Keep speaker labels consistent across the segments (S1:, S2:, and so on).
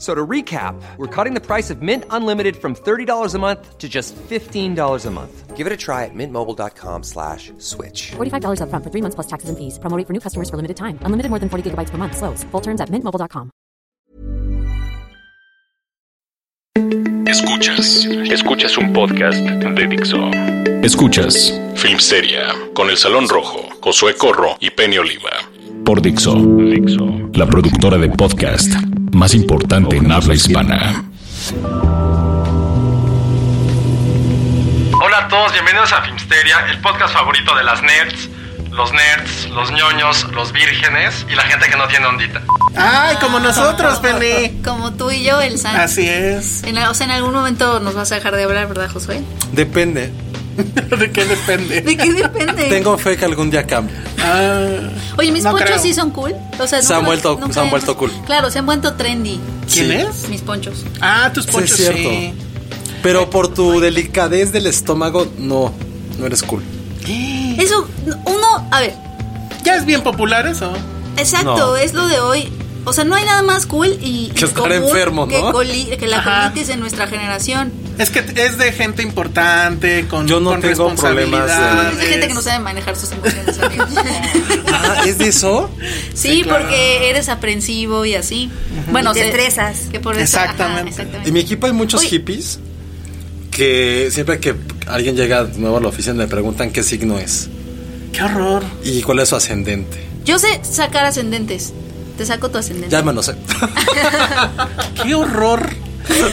S1: So to recap, we're cutting the price of Mint Unlimited from $30 a month to just $15 a month. Give it a try at mintmobile.com slash switch.
S2: $45 upfront for three months plus taxes and fees. Promote for new customers for limited time. Unlimited more than 40 gigabytes per month. Slows. Full terms at mintmobile.com.
S3: Escuchas, escuchas un podcast de Dixo. Escuchas Film Seria con El Salón Rojo, Josué Corro y Penny Oliva. Por Dixo, la productora de podcast más importante en habla hispana.
S4: Hola a todos, bienvenidos a Filmsteria, el podcast favorito de las nerds, los nerds, los ñoños, los vírgenes y la gente que no tiene ondita.
S5: Ay,
S6: Ah,
S5: como nosotros, Penny.
S7: Eh, Como tú y yo, el San.
S5: Así es.
S7: En la- o sea, en algún momento nos vas a dejar de hablar, ¿verdad, Josué?
S6: Depende.
S5: ¿De qué depende?
S7: ¿De qué depende?
S6: Tengo fe que algún día cambie.
S5: Ah,
S7: Oye, mis
S5: No
S7: ponchos
S5: creo.
S7: sí son cool. O sea,
S6: Se han vuelto-
S7: nunca
S6: se han vuelto
S7: hemos-
S6: cool.
S7: Claro, se han vuelto trendy.
S5: ¿Quién
S6: Sí.
S5: es?
S7: Mis ponchos.
S5: Ah, tus
S6: Sí, es
S5: ponchos.
S6: cierto. Pero por tu delicadez del estómago, no. No eres cool.
S7: Eso, uno, a ver,
S5: ¿Eh? Ya es bien popular eso.
S7: exacto,
S6: No.
S7: es lo de hoy. O sea, no hay nada más cool y.
S6: Que
S7: y
S6: estar
S7: común
S6: enfermo,
S7: que
S6: ¿no?
S7: coli- que la
S5: Ajá.
S7: colitis en nuestra generación.
S5: Es que es de gente importante, con,
S6: Yo no
S5: con
S6: tengo problemas de-
S5: responsabilidades.
S7: Es de gente que no sabe manejar sus emociones. amigos.
S6: Ah, ¿es de eso?
S7: sí, porque eres aprensivo y así. Bueno,
S8: Te
S7: se-
S8: estresas.
S7: Que por eso- ajá,
S5: Exactamente.
S7: exactamente.
S6: En mi equipo hay muchos
S7: Uy.
S6: hippies que siempre que alguien llega nuevo a la oficina me preguntan qué signo es
S5: Qué horror.
S6: y cuál es su ascendente.
S7: Yo sé sacar ascendentes. Te saco tu ascendente.
S6: Ya me lo sé.
S5: Qué horror.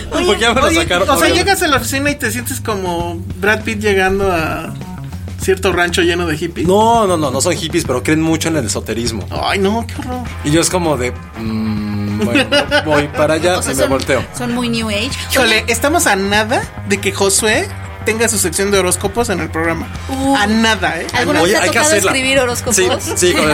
S6: Porque ya me lo
S5: Oye,
S6: sacaron.
S5: o sea, llegas a la oficina y te sientes como Brad Pitt llegando a cierto rancho lleno de hippies.
S6: No, no, no, no son hippies, pero creen mucho en el esoterismo.
S5: Ay, no, qué horror.
S6: Y yo es como de. mm, bueno, voy para allá
S7: O sea,
S6: y me
S7: son,
S6: volteo.
S7: son muy new age.
S5: Híjole, estamos a nada de que Josué tenga su sección de horóscopos en el programa.
S7: Uh.
S5: a nada, ¿eh?
S7: ¿Alguna vez
S6: Oye,
S7: te ha
S6: hay que
S7: tocado
S6: hacerla.
S7: escribir horóscopos?
S6: Sí, sí, cuando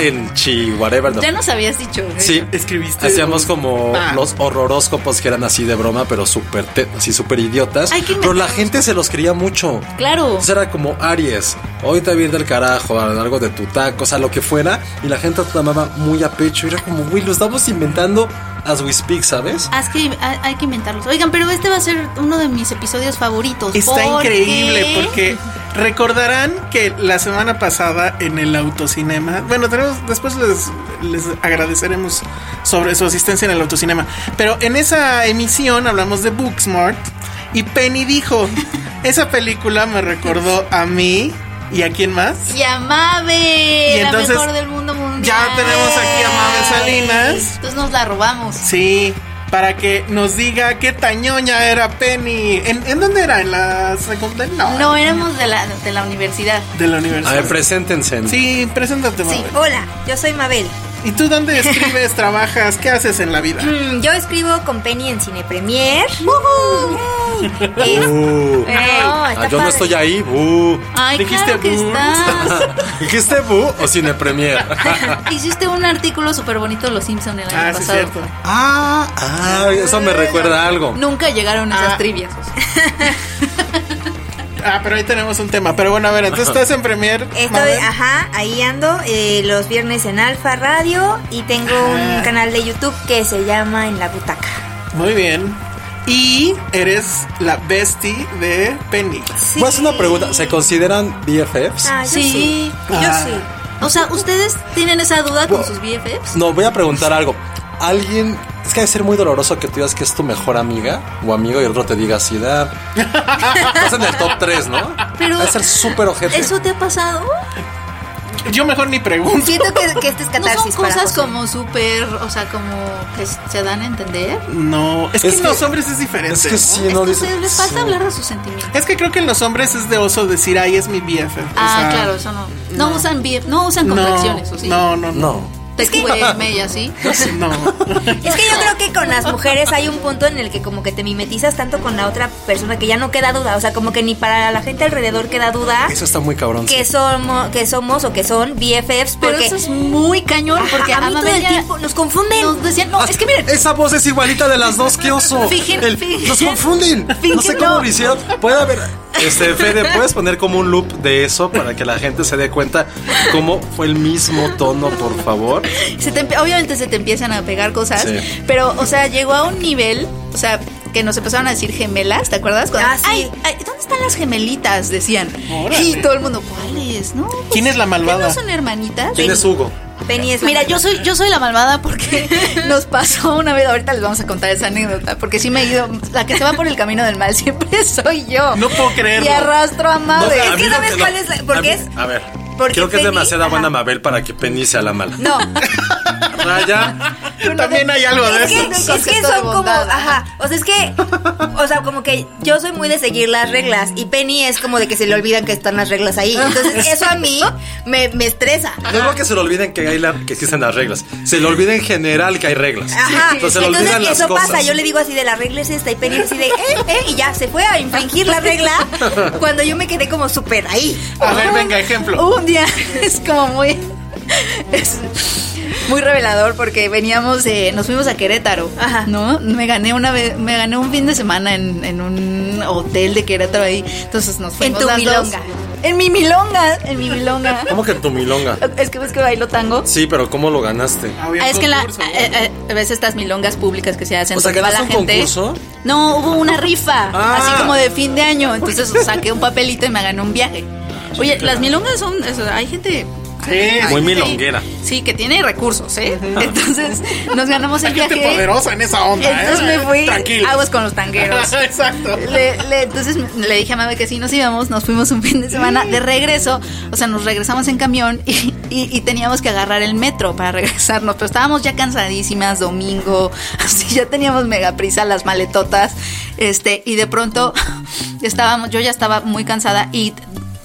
S6: en Chihuahua,
S7: Ya nos habías dicho. ¿eh?
S6: Sí,
S5: Escribiste
S6: Hacíamos
S5: un-
S6: como
S5: Ah.
S6: los horroróscopos que eran así de broma, pero súper te- así súper idiotas.
S7: Hay que
S6: Pero la
S7: inventarlos.
S6: gente se los creía mucho.
S7: Claro.
S6: Entonces era como Aries, hoy te viene del carajo, algo de tu taco, o sea, lo que fuera. Y la gente lo tomaba muy a pecho. Era como, güey, lo estamos inventando as we speak, ¿sabes?
S7: Haz que, ha- hay que inventarlos. Oigan, pero este va a ser uno de mis episodios favoritos.
S5: Está
S7: ¿Por
S5: increíble
S7: qué?
S5: porque recordarán que la semana pasada en el autocinema, bueno, tenemos, después les, les agradeceremos sobre su asistencia en el autocinema, pero en esa emisión hablamos de Booksmart y Penny dijo, esa película me recordó a mí y a quién más.
S7: Y a Mabe,
S5: Y entonces,
S7: la mejor del mundo mundial.
S5: ya tenemos aquí a Mabe Salinas.
S7: Entonces nos la robamos.
S5: Sí, para que nos diga qué tañoña era Penny. ¿En, en dónde era? ¿En la secundaria? No,
S7: No, éramos de la, de la universidad.
S5: de la
S6: A ver,
S5: universidad.
S6: preséntense.
S5: Sí, preséntate,
S8: Sí,
S5: Mabel.
S8: hola, yo soy Mabel.
S5: ¿Y tú dónde escribes, trabajas, qué haces en la vida?
S8: Mm, Yo escribo con Penny en Cine Premier. Yay. Es-
S6: Uh.
S8: Ey, no, está
S6: Ah, yo no
S8: padre.
S6: estoy ahí. Uh.
S7: Ay,
S5: Dijiste
S7: claro que
S5: boom.
S7: estás.
S6: ¿Dijiste bu o cine premier?
S7: Hiciste un artículo súper bonito de los Simpson el año
S5: Ah, sí,
S7: pasado.
S5: cierto.
S6: ah, ah, eso me recuerda a algo.
S7: Nunca llegaron
S5: Ah.
S7: esas trivias. o sea.
S5: Ah, pero ahí tenemos un tema. Pero bueno, a ver, entonces estás en Premier.
S8: Estoy,
S5: Mabel?
S7: ah.
S8: ajá, ahí ando eh, los viernes en Alfa Radio y tengo
S5: Ah.
S8: un canal de YouTube que se llama En la Butaca.
S5: Muy bien. Y eres la bestie de Penny.
S8: Sí.
S6: Voy a hacer una pregunta. ¿Se consideran BFFs?
S8: Ah, yo
S7: Sí.
S8: sí. Yo
S5: Ah.
S8: sí.
S7: O sea, ¿ustedes tienen esa duda con sus BFFs?
S6: No, voy a preguntar algo. Alguien. Es que debe ser muy doloroso que tú digas que es tu mejor amiga o amigo y el otro te diga así, da. Estás en el top 3, ¿no?
S7: Pero-
S6: Debe ser súper ojete.
S7: ¿Eso te ha pasado?
S5: Yo mejor ni pregunto.
S6: Siento que, que este es
S7: No son
S6: catarsis para
S7: cosas
S6: José.
S7: como súper, o sea, como que se dan a entender.
S5: No, es, que
S4: Es
S5: en
S4: que-
S5: los hombres es diferente.
S4: Es
S5: ¿no?
S4: que sí,
S7: es
S4: no
S7: que
S4: dice-
S7: ustedes les falta
S4: sí.
S7: hablar de sus sentimientos.
S5: Es que creo que en los hombres es de oso decir, ay, es mi BFF. o
S7: Ah,
S5: sea,
S7: claro, eso no. No, usan bien, no usan
S5: No,
S7: contracciones, ¿o sí?
S5: no, no, no.
S4: No.
S7: Te cueme y así.
S5: no.
S6: Es que yo creo que con las mujeres hay un punto en el que como que te mimetizas tanto con la otra persona que ya no queda duda, o sea, como que ni para la gente alrededor queda
S7: ¿Ah?
S6: duda
S4: Eso está muy cabrón.
S6: que somos que somos o que son BFFs
S7: Pero
S6: porque
S7: eso es muy cañón porque
S6: Ajá, a mí todo el
S7: Amabel ya-
S6: tiempo nos confunden.
S7: Nos decían, no, es que miren,
S4: Esa voz es igualita de las dos, qué oso.
S7: Fingen- fingen-
S4: nos confunden. No sé
S7: fingen-
S4: cómo
S7: no.
S4: lo hicieron. Puede haber. Este, Fede, ¿puedes poner como un loop de eso para que la gente se dé cuenta cómo fue el mismo tono, por favor?
S7: se te empie- obviamente se te empiezan a pegar cosas,
S4: Sí.
S7: pero, o sea, llegó a un nivel, o sea, que nos empezaron a decir gemelas, ¿te acuerdas? Cuando,
S6: Ah, sí.
S7: ay, ay, ¿dónde están las gemelitas? Decían.
S5: Órale.
S7: Y todo el mundo, ¿cuáles? ¿No? pues,
S5: ¿Quién es la
S7: ¿qué
S5: malvada?
S7: ¿No son hermanitas?
S4: ¿Quién es Hugo?
S6: Penny es la-
S7: Mira, yo soy, yo soy la malvada porque nos pasó una vez, ahorita les vamos a contar esa anécdota, porque sí me he ido, la que se va por el camino del mal siempre soy yo.
S5: No puedo creerlo.
S7: Y arrastro a Mabel.
S6: es
S4: a
S6: que
S4: mí
S6: ¿sabes
S4: te
S6: cuál es la- por
S4: a
S6: qué
S4: mí-
S6: es?
S4: A ver,
S6: Porque
S4: creo que es
S6: Penny-
S4: demasiada
S6: ajá.
S4: buena Mabel para que Penny sea la mala.
S6: No,
S4: Raya,
S5: También hay algo de
S6: es que,
S5: eso.
S6: es
S7: Concepto
S6: que
S7: de
S6: son como,
S7: bondad,
S6: ajá, o sea, es que, o sea, como que yo soy muy de seguir las reglas y Penny es como de que se le olvidan que están las reglas ahí. Entonces, eso a mí me, me estresa.
S4: no es lo que se le olviden que, hay la- que existen las reglas. Se le olvida en general que hay reglas.
S6: Ajá.
S4: Entonces se le
S6: Entonces
S4: olvidan las
S6: eso
S4: cosas.
S6: pasa, yo le digo así de la regla es esta y Penny así de eh, eh, y ya se fue a infringir la regla cuando yo me quedé como súper ahí.
S5: A ver, venga, ejemplo.
S7: Hubo un día, es como muy. Es muy revelador porque veníamos de. Nos fuimos a Querétaro.
S6: Ajá.
S7: ¿No? Me gané una vez. Me gané un fin de semana en, en un hotel de Querétaro ahí. Entonces nos fuimos.
S6: tu
S7: las dos.
S6: milonga.
S7: En mi milonga. En mi milonga.
S4: ¿Cómo que en tu milonga?
S7: Es que ves que bailo tango.
S4: Sí, pero ¿cómo lo ganaste?
S5: Había
S7: Ah, es que la,
S5: concurso, ¿no?
S7: eh, eh, a veces estas milongas públicas que se hacen
S4: O sea,
S7: donde va la
S4: ¿ganaste un
S7: gente.
S4: concurso?
S7: No, hubo una rifa,
S4: Ah.
S7: así como de fin de año. Entonces saqué un papelito y me gané un viaje. Oye, las milongas son, o sea, hay gente.
S5: Sí,
S7: hay
S4: muy
S7: gente-
S4: milonguera.
S7: Sí, que tiene recursos, ¿eh? Entonces nos ganamos el
S5: Hay gente
S7: viaje.
S5: poderosa en esa onda.
S7: Entonces
S5: ¿eh?
S7: me fui
S5: Tranquilo.
S7: aguas con los tangueros.
S5: Exacto.
S7: Le- le- entonces le dije a Mabe que sí nos íbamos, nos fuimos un fin de semana de regreso, o sea, nos regresamos en camión y, y- y teníamos que agarrar el metro para regresarnos, pero estábamos ya cansadísimas, domingo, así ya teníamos mega prisa las maletotas, este, y de pronto estábamos, yo ya estaba muy cansada y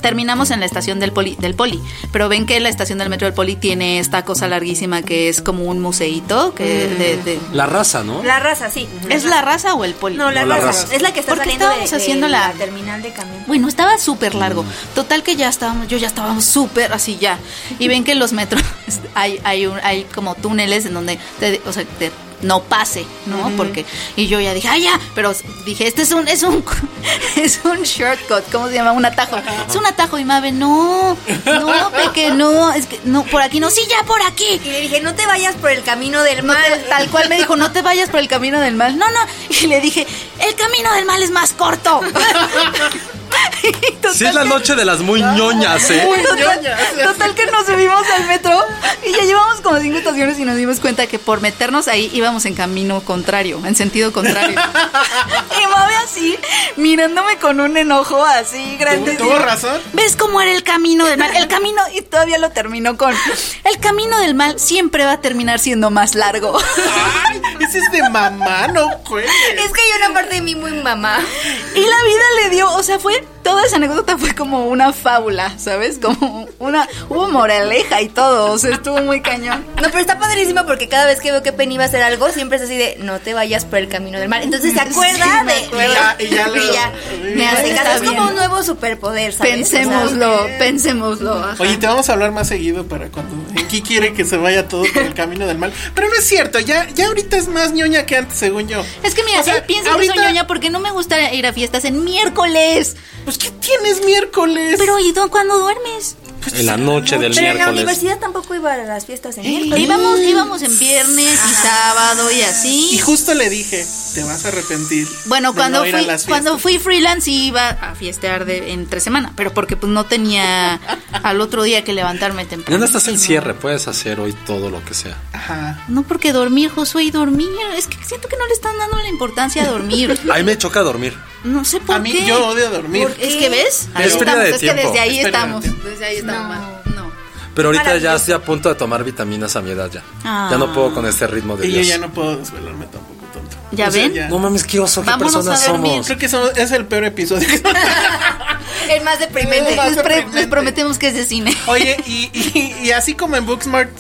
S7: terminamos en la estación del poli, del poli, pero ven que la estación del metro del poli tiene esta cosa larguísima que es como un museito, que de- de-
S4: La raza, ¿no?
S6: La raza, sí.
S7: ¿Es la raza o el poli?
S6: No, la,
S4: No, la
S6: raza.
S4: raza.
S6: Es la que está
S7: ¿Por qué
S6: saliendo de,
S7: estábamos
S6: de
S7: haciendo
S6: la
S7: la-
S6: terminal de camión.
S7: Bueno, estaba súper largo. Total que ya estábamos, yo ya estábamos súper así ya. Y ven que en los metros hay, hay, un- hay como túneles en donde te- o sea, te- no pase, ¿no? Porque y yo ya dije, "Ah, ya", pero dije, "Este es un es un es un shortcut, ¿cómo se llama? Un atajo. Es un atajo y Mabe, "No, no, peque, no, es que no por aquí no, sí ya por aquí."
S6: Y le dije, no te vayas por el camino del
S7: No te-
S6: mal.
S7: tal cual me dijo, no te vayas por el camino del mal. No, no. Y le dije, el camino del mal es más corto. Y
S4: Sí, es la
S7: total que-
S4: noche de las muy ñoñas, ¿eh?
S7: Total, total que nos subimos al metro y ya llevamos como cinco estaciones y nos dimos cuenta que por meternos ahí íbamos en camino contrario, en sentido contrario. y Mabe así, mirándome con un enojo así grande.
S5: ¿Tuvo razón?
S7: ¿Ves cómo era el camino del mal? El camino, y todavía lo terminó con, el camino del mal siempre va a terminar siendo más largo.
S4: Ah,
S5: Ay, ese es de mamá, no cuelgues.
S6: Es que hay una parte de mí muy mamá.
S7: Y la vida le dio, o sea, fue, toda esa anécdota fue como una fábula, ¿sabes? Como una, hubo moraleja y todo, o sea, estuvo muy cañón.
S6: No, pero está padrísimo porque cada vez que veo que Penny va a hacer algo, siempre es así de, no te vayas por el camino del mal. Entonces se acuerda
S7: Sí, me
S6: de...
S5: Y
S7: acuerdo.
S5: ya- y ya lo-
S6: Me hace
S7: Está
S6: caso. Es como
S7: bien.
S6: un nuevo superpoder, ¿sabes? O
S7: Pensémoslo, pensémoslo. ajá.
S5: Oye, te vamos a hablar más seguido para cuando Enki quiere que se vaya todo por el camino del mal. Pero no es cierto, ya, ya ahorita es más ñoña que antes, según yo.
S7: Es que mira,
S5: O sea,
S7: él piensa que
S5: ahorita-
S7: soy ñoña porque no me gusta ir a fiestas en miércoles.
S5: Pues ¿qué tienes miércoles? Pues,
S7: Pero ¿y tú cuándo duermes?
S4: En la noche
S6: sea,
S4: del
S6: Pero en la
S4: miércoles.
S6: universidad tampoco iba a las fiestas en miércoles.
S7: Eh, Íbamos, íbamos en viernes y sábado y
S5: Y
S7: así.
S5: justo le dije, te vas a arrepentir.
S7: Bueno,
S5: de
S7: cuando
S5: no ir a
S7: fui,
S5: las
S7: cuando
S5: fiestas".
S7: fui freelance sí iba a fiestear de entre semana, pero porque pues no tenía al otro día que levantarme temprano.
S4: Ya no estás en cierre, puedes hacer hoy todo lo que sea.
S5: Ajá.
S7: No porque dormir, Josué, y dormir, es que siento que no le están dando la importancia a dormir.
S4: A mí me choca dormir.
S7: No sé por
S5: A mí
S7: qué.
S5: yo odio dormir.
S7: Es que ves,
S4: Es pérdida
S7: estamos,
S4: de
S7: es que
S4: tiempo.
S7: desde ahí
S5: Es pérdida de
S7: estamos,
S5: tiempo.
S7: desde ahí estamos mal. No.
S4: Pero ahorita ya
S6: Maravilloso.
S4: estoy a punto de tomar vitaminas a mi edad ya.
S7: Ah.
S4: Ya no puedo con este ritmo de
S5: Y yo
S4: Dios.
S5: ya no puedo desvelarme tampoco tanto.
S7: ¿Ya ven?
S4: No mames, qué oso, qué
S7: Vámonos
S4: personas
S7: a dormir.
S4: somos.
S5: Creo que eso es el peor episodio.
S6: El más deprimente.
S5: Es más
S7: Les, pre-
S5: deprimente.
S7: les prometemos que es de cine.
S5: Oye, y, y- y así como en Booksmart,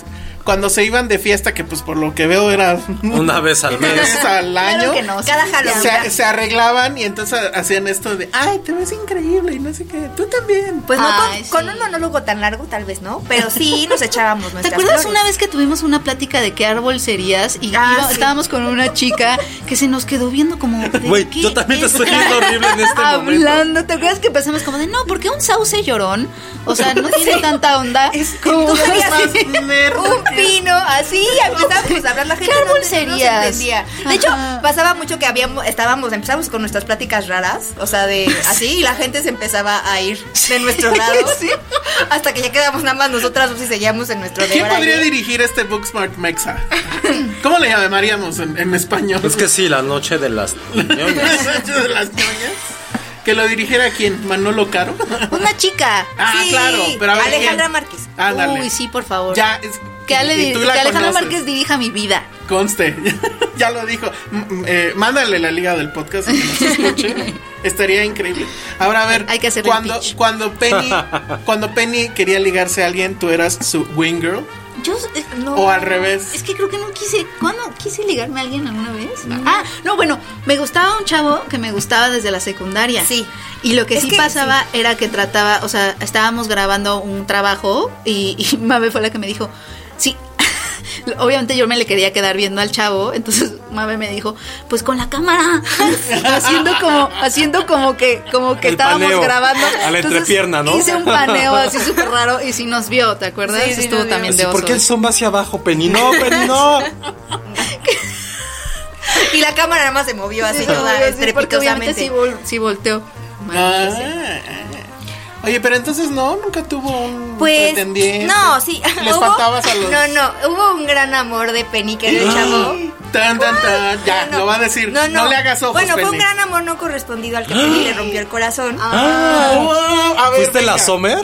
S5: cuando se iban de fiesta, que pues por lo que veo era
S4: Una vez al
S5: una
S4: mes.
S5: vez al
S7: Claro
S5: año.
S7: que no.
S6: Cada
S7: sí,
S6: jalón.
S7: ya.
S5: Se, se arreglaban y entonces hacían esto de, ay, te ves increíble y no sé qué, tú también.
S6: Pues no
S7: Ay,
S6: con, con
S7: sí.
S6: un monólogo tan largo, tal vez no, pero sí nos echábamos
S7: ¿Te
S6: nuestras
S7: acuerdas
S6: flores.
S7: una vez que tuvimos una plática de qué árbol serías? Y
S6: Ah,
S7: iba-
S6: sí.
S7: estábamos con una chica que se nos quedó viendo como. ¿de
S4: Güey,
S7: qué
S4: yo también te estoy
S7: están
S4: viendo horrible en este momento.
S7: Hablando, ¿te acuerdas que pensamos como de no? ¿Por qué un sauce llorón? O sea, no tiene tanta onda.
S5: Es
S7: como
S5: tú eres
S7: así.
S5: más nerd.
S6: un pino así empezábamos a hablar la gente
S7: ¿Qué árbol
S6: no, se- no se
S7: serías?
S6: entendía. de hecho
S7: Ajá.
S6: pasaba mucho que habíamos estábamos empezamos con nuestras pláticas raras o sea de Eh, así y la gente se empezaba a ir de nuestro lado
S7: Sí.
S6: hasta que ya quedamos nada más nosotras dos y seguíamos en nuestro de
S5: ¿Quién
S6: ahora
S5: podría
S6: bien.
S5: dirigir este Booksmart Mexa? ¿Cómo le llamaríamos en, en español?
S4: Es que sí, la noche de las
S5: Las
S4: niñonas.
S5: noches de las ñoñas. Que lo dirigiera quién? Manolo Caro.
S6: una chica
S5: Ah,
S6: Sí,
S5: claro, pero a ver,
S6: Alejandra
S5: ¿quién?
S6: Márquez
S5: Ándale.
S7: Uy, sí, por favor.
S5: Ya, es,
S7: Que, Ale-
S5: y tú
S7: que
S5: la
S7: Alejandro
S5: conoces.
S7: Márquez dirija mi vida.
S5: Conste, ya lo dijo. M- m- eh, mándale la liga del podcast y que nos escuche. Estaría increíble. Ahora a ver,
S7: Hay que hacer el
S5: cuando,
S7: pitch.
S5: cuando Penny, cuando Penny quería ligarse a alguien, tú eras su wing girl.
S7: Yo, eh, no.
S5: O al revés.
S7: Es que creo que no quise. ¿Cuándo quise ligarme a alguien alguna vez? Ah, no, bueno, me gustaba un chavo que me gustaba desde la secundaria.
S6: Sí.
S7: Y lo que
S6: Es
S7: sí
S6: que-
S7: pasaba era que trataba, o sea, estábamos grabando un trabajo y, y Mabe fue la que me dijo, sí. Obviamente yo me le quería quedar viendo al chavo, entonces Mabe me dijo, pues con la cámara, haciendo como, haciendo como que, como que
S4: El
S7: estábamos
S4: paneo.
S7: grabando.
S4: A la
S7: Entonces,
S4: entrepierna, ¿no?
S7: Hice un paneo así súper raro y sí nos vio, ¿te acuerdas?
S6: Sí, sí
S7: Estuvo
S6: nos vio.
S7: también
S4: Así,
S7: de oso.
S4: ¿Por qué el son va hacia abajo, Penny? No, Penny, no.
S6: y la cámara nada más se movió así
S7: Sí,
S6: toda
S7: obvio, sí, porque obviamente
S6: estrepitosamente
S7: sí, vol- sí volteó.
S5: Ah. Oye, pero entonces no, nunca tuvo un
S6: Pues
S5: pretendiente.
S6: no, sí.
S5: Les
S6: hubo-
S5: faltabas a los.
S6: No, no, hubo un gran amor de Penny que era el chavo.
S5: Tan, tan, tan. Ya,
S6: No,
S5: lo va a decir. No, le hagas ojos.
S6: Bueno, fue un
S5: Penny.
S6: gran amor no correspondido al que Penny le rompió el corazón. Ah.
S5: Oh, a ver,
S4: ¿Fuiste la
S5: venga.
S4: Sommer?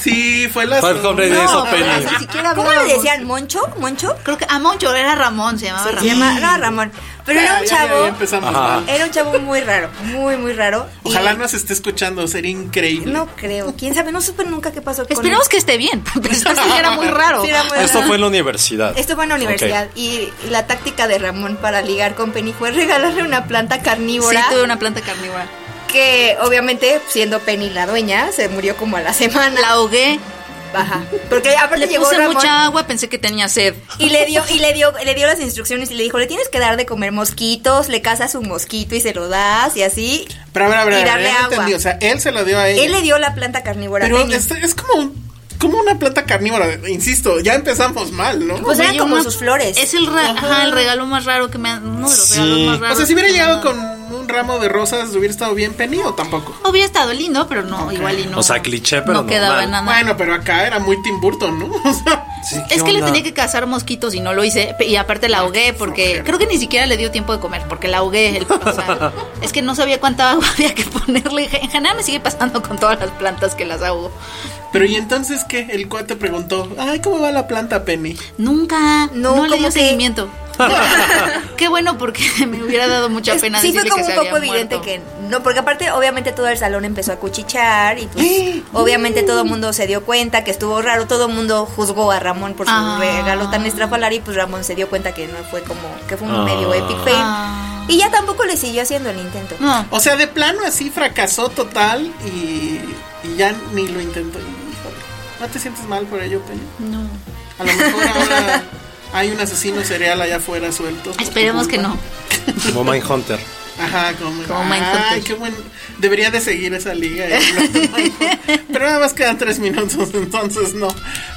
S5: Sí, fue la
S4: Fue el hombre de eso,
S7: no,
S4: Penny.
S7: ni siquiera
S6: ¿Cómo
S7: hablábamos.
S6: le decían? ¿Moncho? ¿Moncho?
S7: Creo que a Moncho era Ramón, se llamaba
S6: Se
S7: Ramón.
S6: llama, no, Ramón. Pero era
S5: Ya, ya,
S6: un
S5: ya, ya
S6: chavo.
S5: empezamos
S4: Ajá.
S5: mal.
S6: Era un chavo muy raro, muy, muy raro. Y
S5: Ojalá no se esté escuchando, sería increíble.
S6: No creo, quién sabe, no supe nunca qué pasó con
S7: Esperemos
S6: él.
S7: que esté bien, porque esto sí era muy raro.
S6: Sí, era muy
S4: Esto
S6: raro.
S4: fue en la universidad.
S6: Esto fue en la universidad y la táctica de Ramón para ligar con Penny fue regalarle una planta
S7: Sí,
S6: carnívora
S7: tuve una planta carnívora.
S6: que obviamente siendo Penny la dueña se murió como a la semana.
S7: La ahogué,
S6: Ajá. Porque aparte
S7: le
S6: llegó
S7: puse
S6: Ramón
S7: mucha agua, pensé que tenía sed.
S6: y le dio y le dio le dio las instrucciones y le dijo, "Le tienes que dar de comer mosquitos, le cazas un mosquito y se lo das y así."
S5: Pero a ver, a ver, a
S6: y
S5: ver,
S6: darle
S5: ya
S6: agua.
S5: entendí, O sea, él se la dio a ella.
S6: Él le dio la planta carnívora a
S5: pero este
S6: Penny.
S5: es, es como, un- como una planta carnívora, insisto, ya empezamos mal, ¿no?
S6: Pues eran
S7: Oye,
S6: como
S7: una-
S6: sus flores.
S7: Es el, ra- ajá, el regalo más raro que me han. Uno de los
S4: Sí.
S7: regalos más
S5: o
S7: raros.
S5: sea, si hubiera
S7: que me han
S5: llegado
S7: dado.
S5: con un ramo de rosas, ¿hubiera estado bien Penny o tampoco?
S7: Hubiera estado lindo, pero no, igual y no.
S4: O sea, cliché, pero
S7: No quedaba
S4: normal.
S7: nada.
S5: Bueno, pero acá era muy Tim Burton, ¿no? O sea,
S4: Sí, ¿qué
S7: Es que le
S4: onda?
S7: tenía que cazar mosquitos y no lo hice. pe- Y aparte la ahogué porque creo que ni siquiera le dio tiempo de comer porque la ahogué. el- o sea, es que no sabía cuánta agua había que ponerle. En general me sigue pasando con todas las plantas que las ahogo.
S5: pero ¿y entonces qué? El cuate preguntó, ay, ¿cómo va la planta, Penny?
S7: Nunca,
S6: No,
S7: no, le
S6: ¿cómo
S7: dio
S6: que?
S7: seguimiento. Qué bueno porque me hubiera dado mucha
S6: Es-
S7: pena
S6: sí fue
S7: decirle
S6: como
S7: que
S6: un
S7: se
S6: poco
S7: había
S6: evidente
S7: muerto.
S6: que no porque aparte obviamente todo el salón empezó a cuchichar y pues obviamente todo el mundo se dio cuenta que estuvo raro todo el mundo juzgó a Ramón por su
S7: Ah.
S6: regalo tan estrafalario y pues Ramón se dio cuenta que no fue como que fue un
S4: Ah.
S6: medio epic fail
S7: Ah.
S6: y ya tampoco le siguió haciendo el intento
S7: No.
S5: O sea, de plano así fracasó total y, y ya ni lo intentó. Híjole, ¿no te sientes mal por ello, Penny?
S7: No.
S5: A lo mejor ahora hay un asesino serial allá afuera suelto.
S7: Esperemos que no.
S4: Como Mindhunter.
S5: Ajá, como.
S7: Como
S5: Ay,
S7: Mindhunter.
S5: qué bueno. Debería de seguir esa liga. eh, no. Pero nada más quedan tres minutos, entonces no.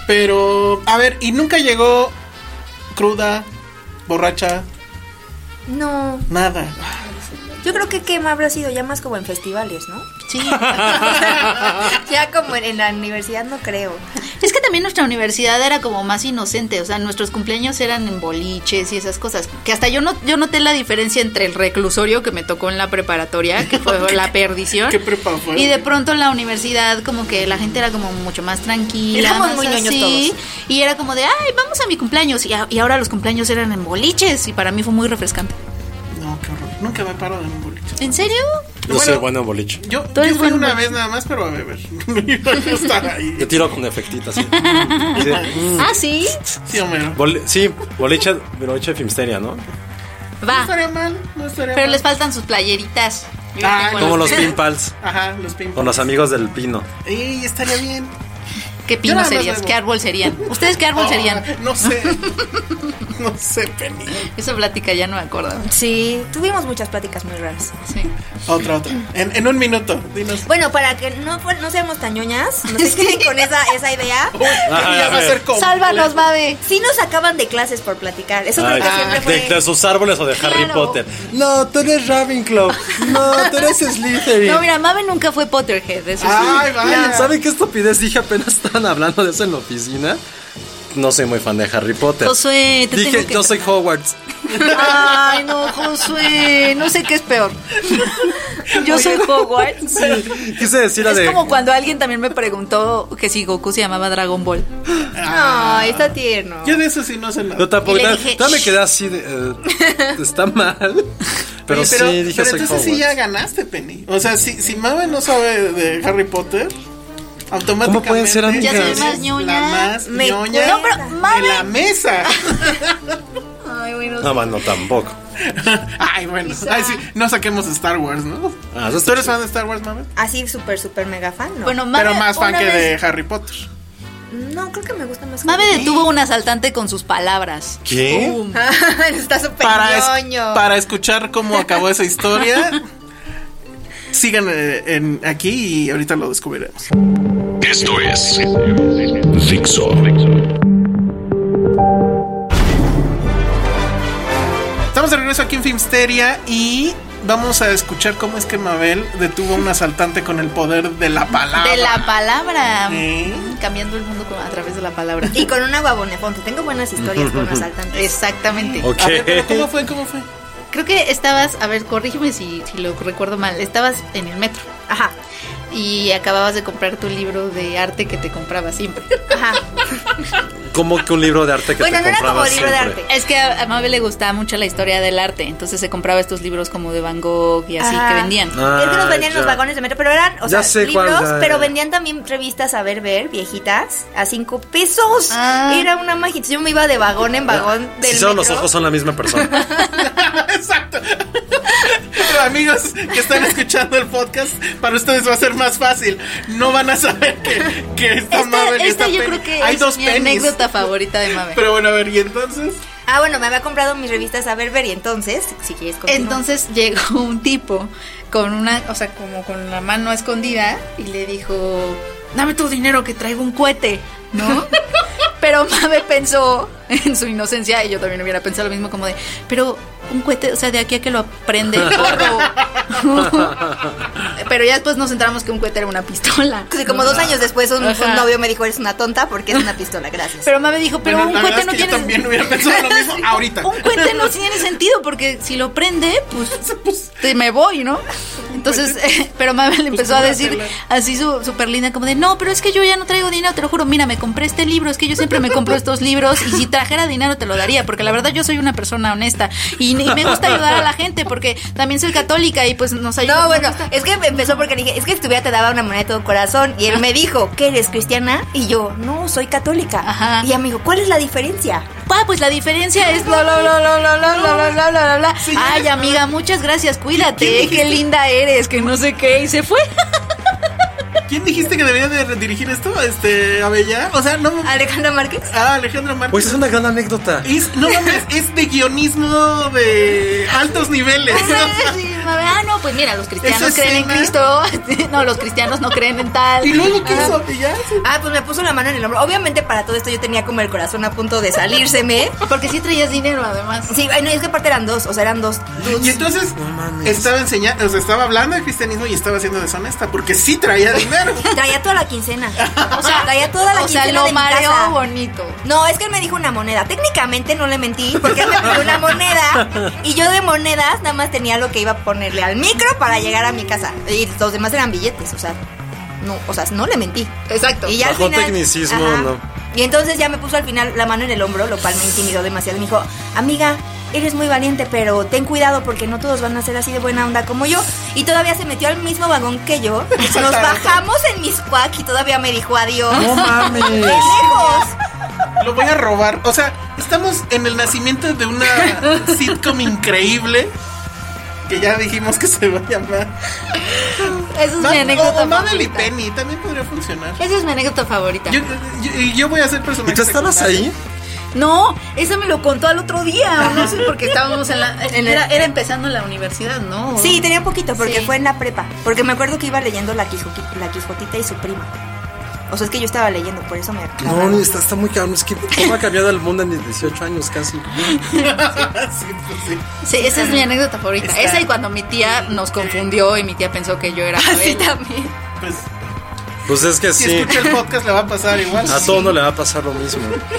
S5: Pero, a ver, y nunca llegó cruda, borracha,
S6: no
S5: nada. Ah,
S6: Yo creo que qué más habrá sido ya más como en festivales, ¿no?
S7: Sí.
S6: ya como en, en la universidad no creo.
S7: Es que también nuestra universidad era como más inocente, o sea, nuestros cumpleaños eran en boliches y esas cosas, que hasta yo no yo noté la diferencia entre el reclusorio que me tocó en la preparatoria, que fue la perdición,
S5: ¿Qué prepa fue?
S7: y de pronto en la universidad como que la gente era como mucho más tranquila,
S6: Éramos
S7: más
S6: muy ñoños
S7: así, y era como de, ay, vamos a mi cumpleaños, y, a- y ahora los cumpleaños eran en boliches, y para mí fue muy refrescante.
S5: No, qué horror. Nunca me paro de un boliche.
S7: ¿En serio?
S4: Yo soy bueno en boliche.
S5: Yo,
S7: Tú eres
S5: yo fui
S7: buen
S5: una
S7: boliche.
S5: vez nada más, pero a beber. No iba a estar ahí.
S4: Yo tiro con efectitas. Sí,
S5: Mm.
S7: Ah, sí.
S5: Sí, Homero.
S4: Bol- sí, boliche, boliche de Filmsteria, ¿no?
S5: No
S7: Va,
S5: estaría mal, no estaría
S7: Ah. pero
S5: mal.
S7: les faltan sus playeritas. Yo
S5: Ah,
S7: tengo
S4: Como
S7: las-
S4: los pinpals
S5: Ajá, los ping
S4: con los amigos del pino.
S5: Ey, estaría bien.
S7: ¿Qué
S5: Yo
S7: pino
S5: nada más
S7: serías?
S5: bebo.
S7: ¿Qué árbol serían? ¿Ustedes qué árbol serían?
S5: Ah, No sé. No sé, Penny.
S7: Esa plática ya no me acuerdo.
S6: Sí, tuvimos muchas pláticas muy raras.
S7: Sí.
S5: Otra, otra. En, en un minuto, dinos.
S6: Bueno, para que no, fu- no seamos tan ñoñas, no se queden con esa, esa idea.
S5: Uy, Penny ya
S4: Ah, a
S5: va a
S4: ver.
S5: ser como.
S7: Sálvanos, Babe.
S6: Sí nos sacaban de clases por platicar. Eso
S4: Ay,
S6: creo que siempre fue.
S4: de, de sus árboles o de Harry
S6: Claro.
S4: Potter. No, tú eres Ravenclaw. No, tú eres Slytherin.
S7: No, mira, Mabe nunca fue Potterhead. Eso sí.
S5: Ay, vaya.
S4: ¿Saben qué estupidez dije apenas estaban hablando de eso en la oficina? No soy muy fan de Harry Potter.
S7: Josué, te
S4: Dije,
S7: tengo que
S4: yo soy Hogwarts.
S7: Ay, no, Josué. No sé qué es peor. Yo soy Hogwarts.
S4: Quise decir la
S7: Es
S4: de.
S7: como cuando alguien también me preguntó que si Goku se llamaba Dragon Ball.
S6: Ay, está tierno.
S5: Yo de eso sí no sé nada.
S4: Yo tampoco.
S7: Y le
S4: Nada
S7: dije,
S4: nada me quedé así de. eh, está mal. Pero,
S5: Oye,
S4: sí, dije,
S5: pero
S4: soy
S5: entonces
S4: Hogwarts.
S5: sí ya ganaste, Penny. O sea, si, si Mabe no sabe de Harry Potter, automáticamente.
S4: pueden ser amigas?
S7: Ya soy más
S5: es
S7: ñoña.
S5: La más
S6: Me
S5: ñoña
S6: cuesta. No, pero
S5: de
S6: Mabe-
S5: la mesa.
S6: Ay, bueno.
S4: No, mano, tampoco.
S5: Ay, bueno. Ay, sí, no saquemos Star Wars, ¿no?
S4: Ah, eso está
S5: ¿Tú eres
S4: chido.
S5: fan de Star Wars, Mabe?
S6: Así súper, súper mega fan, ¿no?
S7: Bueno, Mabe,
S5: Pero más fan
S7: una
S5: que
S7: vez-
S5: de Harry Potter.
S6: No, creo que me gusta más.
S7: Mabe detuvo a un asaltante con sus palabras.
S4: ¿Qué?
S7: Pum.
S6: Está súper
S5: Para, es-
S6: ñoño.
S5: para escuchar cómo acabó esa historia. Sigan eh, en, aquí y ahorita lo descubriremos.
S3: Esto es Dixo.
S5: Estamos de regreso aquí en Filmsteria y vamos a escuchar cómo es que Mabel detuvo a un asaltante con el poder de la palabra.
S7: De la palabra.
S5: Sí.
S7: Cambiando el mundo con- a través de la palabra.
S6: Y con una guabonefonte. Tengo buenas historias con asaltantes.
S7: Exactamente.
S4: Ok.
S5: A ver, pero ¿cómo fue? ¿Cómo fue?
S7: Creo que estabas, a ver, corrígeme si, si lo recuerdo mal, estabas en el metro. Ajá. Y acababas de comprar tu libro de arte que te compraba siempre.
S6: Ajá.
S4: Como que un libro de arte que
S6: Bueno,
S4: te
S6: no era como
S4: comprabas
S6: libro de
S4: siempre.
S6: arte.
S7: Es que a a Mabe le gustaba mucho la historia del arte, entonces se compraba estos libros como de Van Gogh y así
S6: Ajá.
S7: que vendían.
S4: Ah,
S6: es que nos vendían los
S4: ya.
S6: vagones de metro, pero eran, o
S4: Ya
S6: sea,
S4: sé cuál,
S6: libros,
S4: ya, ya, ya.
S6: pero vendían también revistas a ver ver, viejitas, a cinco pesos.
S7: Ah.
S6: Era una magia. Yo me iba de vagón en vagón del
S4: Si solo los
S6: metro.
S4: ojos son la misma persona.
S5: Exacto. Pero amigos que están escuchando el podcast, para ustedes va a ser más fácil. No van a saber que, que está
S7: Esta,
S5: Mabel y está
S7: esta Este yo
S5: Penny.
S7: creo que
S5: Hay
S7: es
S5: dos
S7: mi
S5: penis.
S7: anécdota favorita de Mabe.
S5: Pero bueno, a ver, ¿y entonces?
S6: Ah, bueno, me había comprado mis revistas a ver ver y entonces, si quieres continuar.
S7: Entonces llegó un tipo con una, o sea, como con la mano escondida y le dijo, dame tu dinero que traigo un cohete, ¿no? pero Mabe pensó en su inocencia y yo también hubiera pensado lo mismo como de, pero un cohete, o sea, de aquí a que lo aprende el gorro. pero ya después nos enteramos que un cohete era una pistola.
S6: Sí, como dos años después un,
S7: Ajá.
S6: un novio me dijo, eres una tonta porque es una pistola, gracias.
S7: Pero Mabe dijo, pero
S5: Bueno,
S7: un
S5: la verdad
S7: cohete
S5: es
S7: no
S5: que yo
S7: tiene
S5: también hubiera pensado lo mismo
S7: Sí,
S5: ahorita.
S7: Un cohete no tiene sentido porque si lo prende, pues te me voy, ¿no? Entonces, eh, pero Mabel empezó a decir así su- súper linda como de, "No, pero es que yo ya no traigo dinero, te lo juro, mira, me compré este libro, es que yo siempre me compro estos libros y si trajera dinero te lo daría, porque la verdad yo soy una persona honesta y, y me gusta ayudar a la gente porque también soy católica y pues nos ayuda.
S6: no, bueno, es que empezó porque le dije, es que si tuviera te daba una moneda de todo corazón. Y él me dijo, ¿qué eres cristiana? Y yo, no, soy católica.
S7: Ajá.
S6: Y ella me dijo, ¿cuál es la diferencia?
S7: Ah, pues la diferencia es lo, lo, lo, lo, lo, lo, lo, lo, lo, lo, lo. Ay, amiga, muchas gracias, cuídate, eh, qué linda eres, que no sé qué, y se fue.
S5: ¿Quién dijiste que debería de dirigir esto? Este, Abella. O sea, no.
S6: Alejandra Márquez.
S5: Ah, Alejandro Martínez.
S4: Pues es una gran anécdota.
S5: Es, no mames, es de guionismo de altos niveles.
S7: Sí, misma vez, ah, no, pues mira, los cristianos
S5: Esa
S7: creen
S5: escena.
S7: en Cristo, no, los cristianos no creen en tal.
S5: Y luego ¿qué
S7: Ajá.
S5: hizo? Y ya, sí.
S6: Ah, pues me puso la mano en el hombro. Obviamente para todo esto yo tenía como el corazón a punto de salírseme.
S7: Porque sí traías dinero, además.
S6: Sí, ay, no, es que aparte eran dos, o sea, eran dos dudes.
S5: Y entonces estaba enseñando, o sea, estaba hablando de cristianismo y estaba siendo deshonesta porque sí traía dinero.
S6: Traía toda la quincena. O sea, traía toda la
S7: o
S6: quincena
S7: sea, lo
S6: de mi
S7: mareó
S6: casa.
S7: bonito.
S6: No, es que él me dijo una moneda. Técnicamente no le mentí porque él me pidió una moneda y yo de monedas nada más tenía lo que iba a ponerle al micro para llegar a mi casa. Y los demás eran billetes, o sea, no, o sea, no le mentí.
S7: Exacto.
S6: Y ya al
S4: Bajo
S6: final-
S4: tecnicismo, no.
S6: Y entonces ya me puso al final la mano en el hombro, lo cual me intimidó demasiado. Me dijo, amiga, eres muy valiente, pero ten cuidado porque no todos van a ser así de buena onda como yo. Y todavía se metió al mismo vagón que yo. Nos bajamos en Miscuac y todavía me dijo adiós.
S4: No
S6: ¡Qué
S4: mames.
S6: lejos!
S5: Lo voy a robar. O sea, estamos en el nacimiento de una sitcom increíble que ya dijimos que se va a llamar.
S7: Esa es
S5: Ma-
S7: mi anécdota
S5: o Madel y
S7: favorita.
S5: Penny también podría funcionar.
S7: Esa es mi anécdota favorita.
S5: Yo, yo, yo voy a ser personaje.
S4: ¿Y tú estabas
S5: secundario.
S4: ahí?
S7: No, esa me lo contó al otro día. No sé, porque estábamos en la. en- era, era empezando la universidad, ¿no?
S6: Sí, tenía poquito porque
S7: Sí.
S6: fue en la prepa. Porque me acuerdo que iba leyendo la, Quijoqui- la Quijotita y su prima. O sea, es que yo estaba leyendo, por eso me.
S4: No, no, está, está muy cabrón. Es que cómo ha cambiado el mundo en 18 años casi.
S5: Sí, pues sí.
S7: Sí, esa es mi anécdota favorita.
S5: Está-
S7: Esa y cuando mi tía nos confundió y mi tía pensó que yo era.
S6: Ah, Sí,
S7: Abel.
S6: también.
S5: Pues
S4: Pues es que
S5: si
S4: sí. Ah,
S5: escucha el podcast le va a pasar igual.
S4: A todo mundo le va a pasar lo mismo. Yo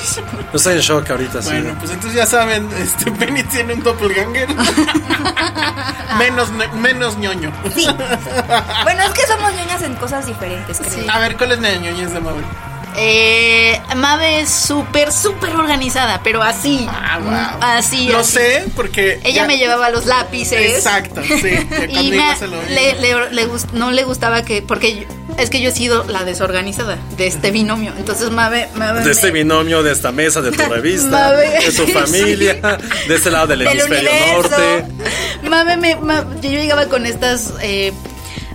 S4: estoy en shock ahorita, sí.
S5: Bueno, pues entonces ya saben, este Penny tiene un doppelganger. menos, ne- menos ñoño.
S6: Sí. Bueno, es que somos niñas en cosas diferentes, creo.
S7: Sí.
S5: A ver, ¿cuál es la ñoñez de Mabel?
S7: Eh, Mabe es súper, súper organizada, pero así.
S5: Ah, wow.
S7: Así.
S5: Lo
S7: así.
S5: sé porque.
S7: Ella
S5: ya-
S7: me llevaba los lápices.
S5: Exacto, sí. ya
S7: Y
S5: conmigo
S7: me-
S5: se lo
S7: le, le- le gust- no le gustaba que. Porque yo- es que yo he sido la desorganizada de este binomio. Entonces, Mabe. Mabe
S4: De este
S7: me-
S4: binomio, de esta mesa, de tu revista,
S7: Mabe.
S4: de tu familia, de este lado del,
S6: Del
S4: hemisferio
S6: universo.
S4: norte.
S7: Mame, me- ma- yo yo llegaba con estas eh,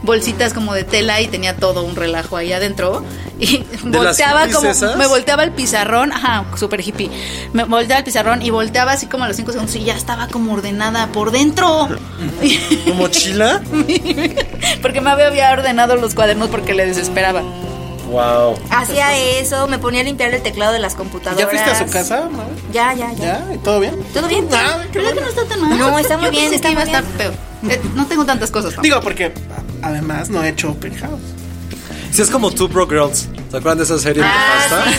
S7: bolsitas como de tela y tenía todo un relajo ahí adentro. Y
S4: ¿De las
S7: volteaba
S4: hippies
S7: como.
S4: esas?
S7: Me volteaba el pizarrón, ajá, super hippie. Me volteaba el pizarrón y volteaba así como a los 5 segundos y ya estaba como ordenada por dentro.
S4: ¿Tu mochila?
S7: porque Mame había ordenado los cuadernos porque le desesperaba.
S4: Wow.
S6: Hacía eso, me ponía a limpiar el teclado de las computadoras.
S5: ¿Ya fuiste a su casa, Mabel?
S6: Ya, ya, ya.
S5: ¿Ya? ¿Y ¿Todo bien?
S6: ¿Todo bien?
S5: Ah, qué
S7: ¿Verdad que
S5: bueno.
S7: no está tan mal?
S6: No, está muy
S7: Yo
S6: bien,
S7: Pensé
S6: está
S7: que iba a
S6: muy
S7: estar peor. Eh, no tengo tantas cosas. ¿no?
S5: Digo, porque además no he hecho open house.
S4: Si es como Two Pro Girls. ¿Se acuerdan de esa serie de
S6: Ah,
S4: pasta?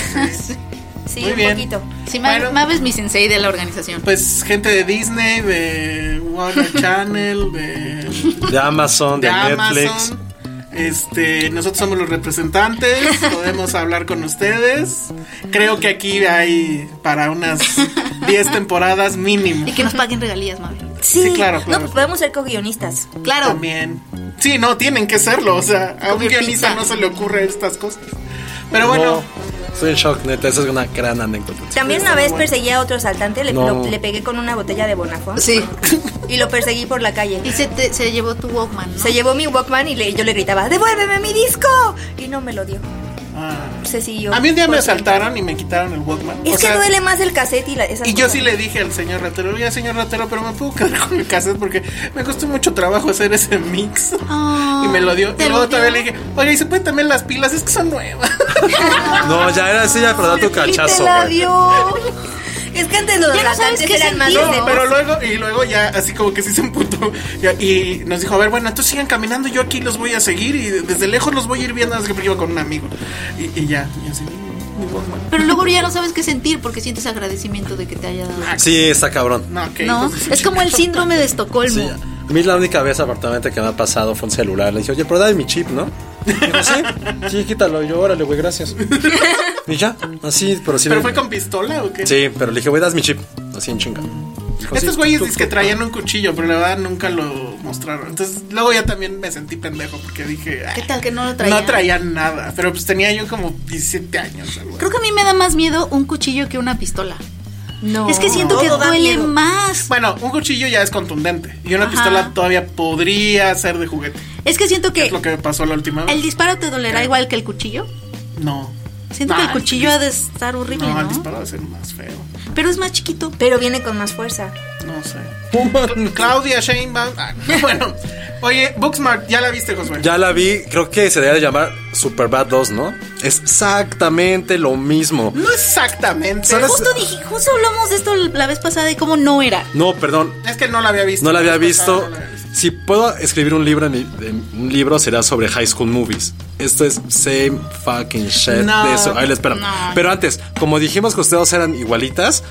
S6: Sí,
S5: Muy
S6: un
S5: bien.
S6: poquito.
S7: Sí, Mame,
S5: Bueno.
S7: Mame es mi sensei de la organización.
S5: Pues gente de Disney, de Warner Channel, de,
S4: De Amazon, de,
S5: de
S4: Netflix.
S5: Amazon. Este, nosotros somos los representantes, podemos hablar con ustedes. Creo que aquí hay para unas 10 temporadas mínimo.
S7: Y que nos paguen regalías, Mame.
S6: Sí,
S5: claro, claro.
S6: No, pues podemos ser co-guionistas.
S7: Claro.
S5: También. Sí, no, tienen que serlo. O sea, a un
S7: Comer
S5: guionista
S7: pizza.
S5: no se le ocurre estas cosas. Pero bueno,
S4: No, estoy en shock, neta. Esa es una gran anécdota.
S5: pues,
S6: También una vez perseguí a otro asaltante, le,
S4: No.
S6: lo- le pegué con una botella de Bonafón
S7: Sí.
S6: y lo perseguí por la calle.
S7: Y se, te- se llevó tu Walkman, ¿no?
S6: Se llevó mi Walkman y le- yo le gritaba, ¡devuélveme mi disco! Y no me lo dio. Se siguió.
S5: ah, a mí un día me
S6: Por siempre.
S5: asaltaron y me quitaron el Walkman.
S6: pues, Es
S5: O
S6: que
S5: sea,
S6: duele más el cassette y la, esas
S5: Y yo
S6: cosas.
S5: sí le dije al señor ratero, oiga señor ratero, pero me puedo quedar con el cassette porque me costó mucho trabajo hacer ese mix.
S7: Ah,
S5: y me lo dio.
S7: ¿te
S5: Y luego
S7: lo
S5: todavía le
S7: dio?
S5: dije, oiga, ¿y se pueden también las pilas? Es que son nuevas.
S4: No, ya era así, ya para dar tu
S6: ¡Te
S4: cachazo,
S6: la
S4: güey.
S6: dio! es que antes los
S7: Ya no sabes
S6: asaltantes
S7: qué
S6: eran más este,
S7: sentir.
S5: No,
S6: de-
S5: pero luego, y luego ya así como que sí se emputó. Y, y nos dijo, a ver, bueno, entonces sigan caminando, yo aquí los voy a seguir y de- desde lejos los voy a ir viendo, así que porque iba con un amigo. Y, y ya, y así, mi Walkman.
S7: Pero luego ya no sabes qué sentir porque sientes agradecimiento de que te haya dado.
S4: Sí, está cabrón.
S5: No, ok.
S7: ¿No?
S5: entonces-
S7: Es como el síndrome de
S4: Sí,
S7: Estocolmo.
S4: a mí la única vez apartamento que me ha pasado fue un celular. Le dije, oye, pero dame mi chip, ¿no? Dijo, sí, sí, quítalo. Y yo, órale, güey, gracias. Y ya, así, pero sí.
S5: ¿Pero
S4: me-
S5: fue con pistola o qué?
S4: Sí, pero le dije, güey, das mi chip. Así en chinga. Dijo,
S5: Estos
S4: Pues sí,
S5: güeyes
S4: tú,
S5: dicen
S4: tú,
S5: que
S4: tú.
S5: traían un cuchillo, pero la verdad nunca lo mostraron. Entonces, luego ya también me sentí pendejo porque dije, "Ah,
S7: ¿Qué tal que no lo traían?
S5: No traían nada, pero pues tenía yo como 17 años. algo así.
S7: Creo que a mí me da más miedo un cuchillo que una pistola.
S6: No.
S7: Es que siento que
S6: Todo da
S7: duele
S6: miedo.
S7: más.
S5: Bueno, un cuchillo ya es contundente y una
S7: Ajá.
S5: pistola todavía podría ser de juguete.
S7: Es que siento que
S5: Es lo que me pasó la última vez.
S7: el disparo te dolerá igual que el cuchillo.
S5: No.
S7: Siento
S5: No,
S7: que el cuchillo
S5: dis-
S7: ha de estar horrible,
S5: Ah, No,
S7: ¿no?
S5: el disparo va a ser más feo.
S7: Pero es más chiquito.
S6: Pero viene con más fuerza.
S5: No sé. Claudia Sheinbaum. Ah, bueno. Oye, Booksmart, ya la viste, Josué.
S4: Ya la vi, creo que se debería de llamar Superbad 2, ¿no? Es exactamente lo mismo.
S5: No exactamente.
S4: ¿Sabes?
S7: Justo, dije, justo hablamos de esto la vez pasada de cómo no era.
S4: No, perdón,
S5: Es que no la había visto.
S4: no la había
S5: vez pasada
S4: visto.
S5: no la había visto.
S4: Si puedo escribir un libro, en mi- en un libro será sobre High School Movies. Esto es same fucking shit.
S5: No,
S4: Eh, de eso. Ahí les espero.
S7: no.
S4: Pero antes, como dijimos que ustedes eran igualitas,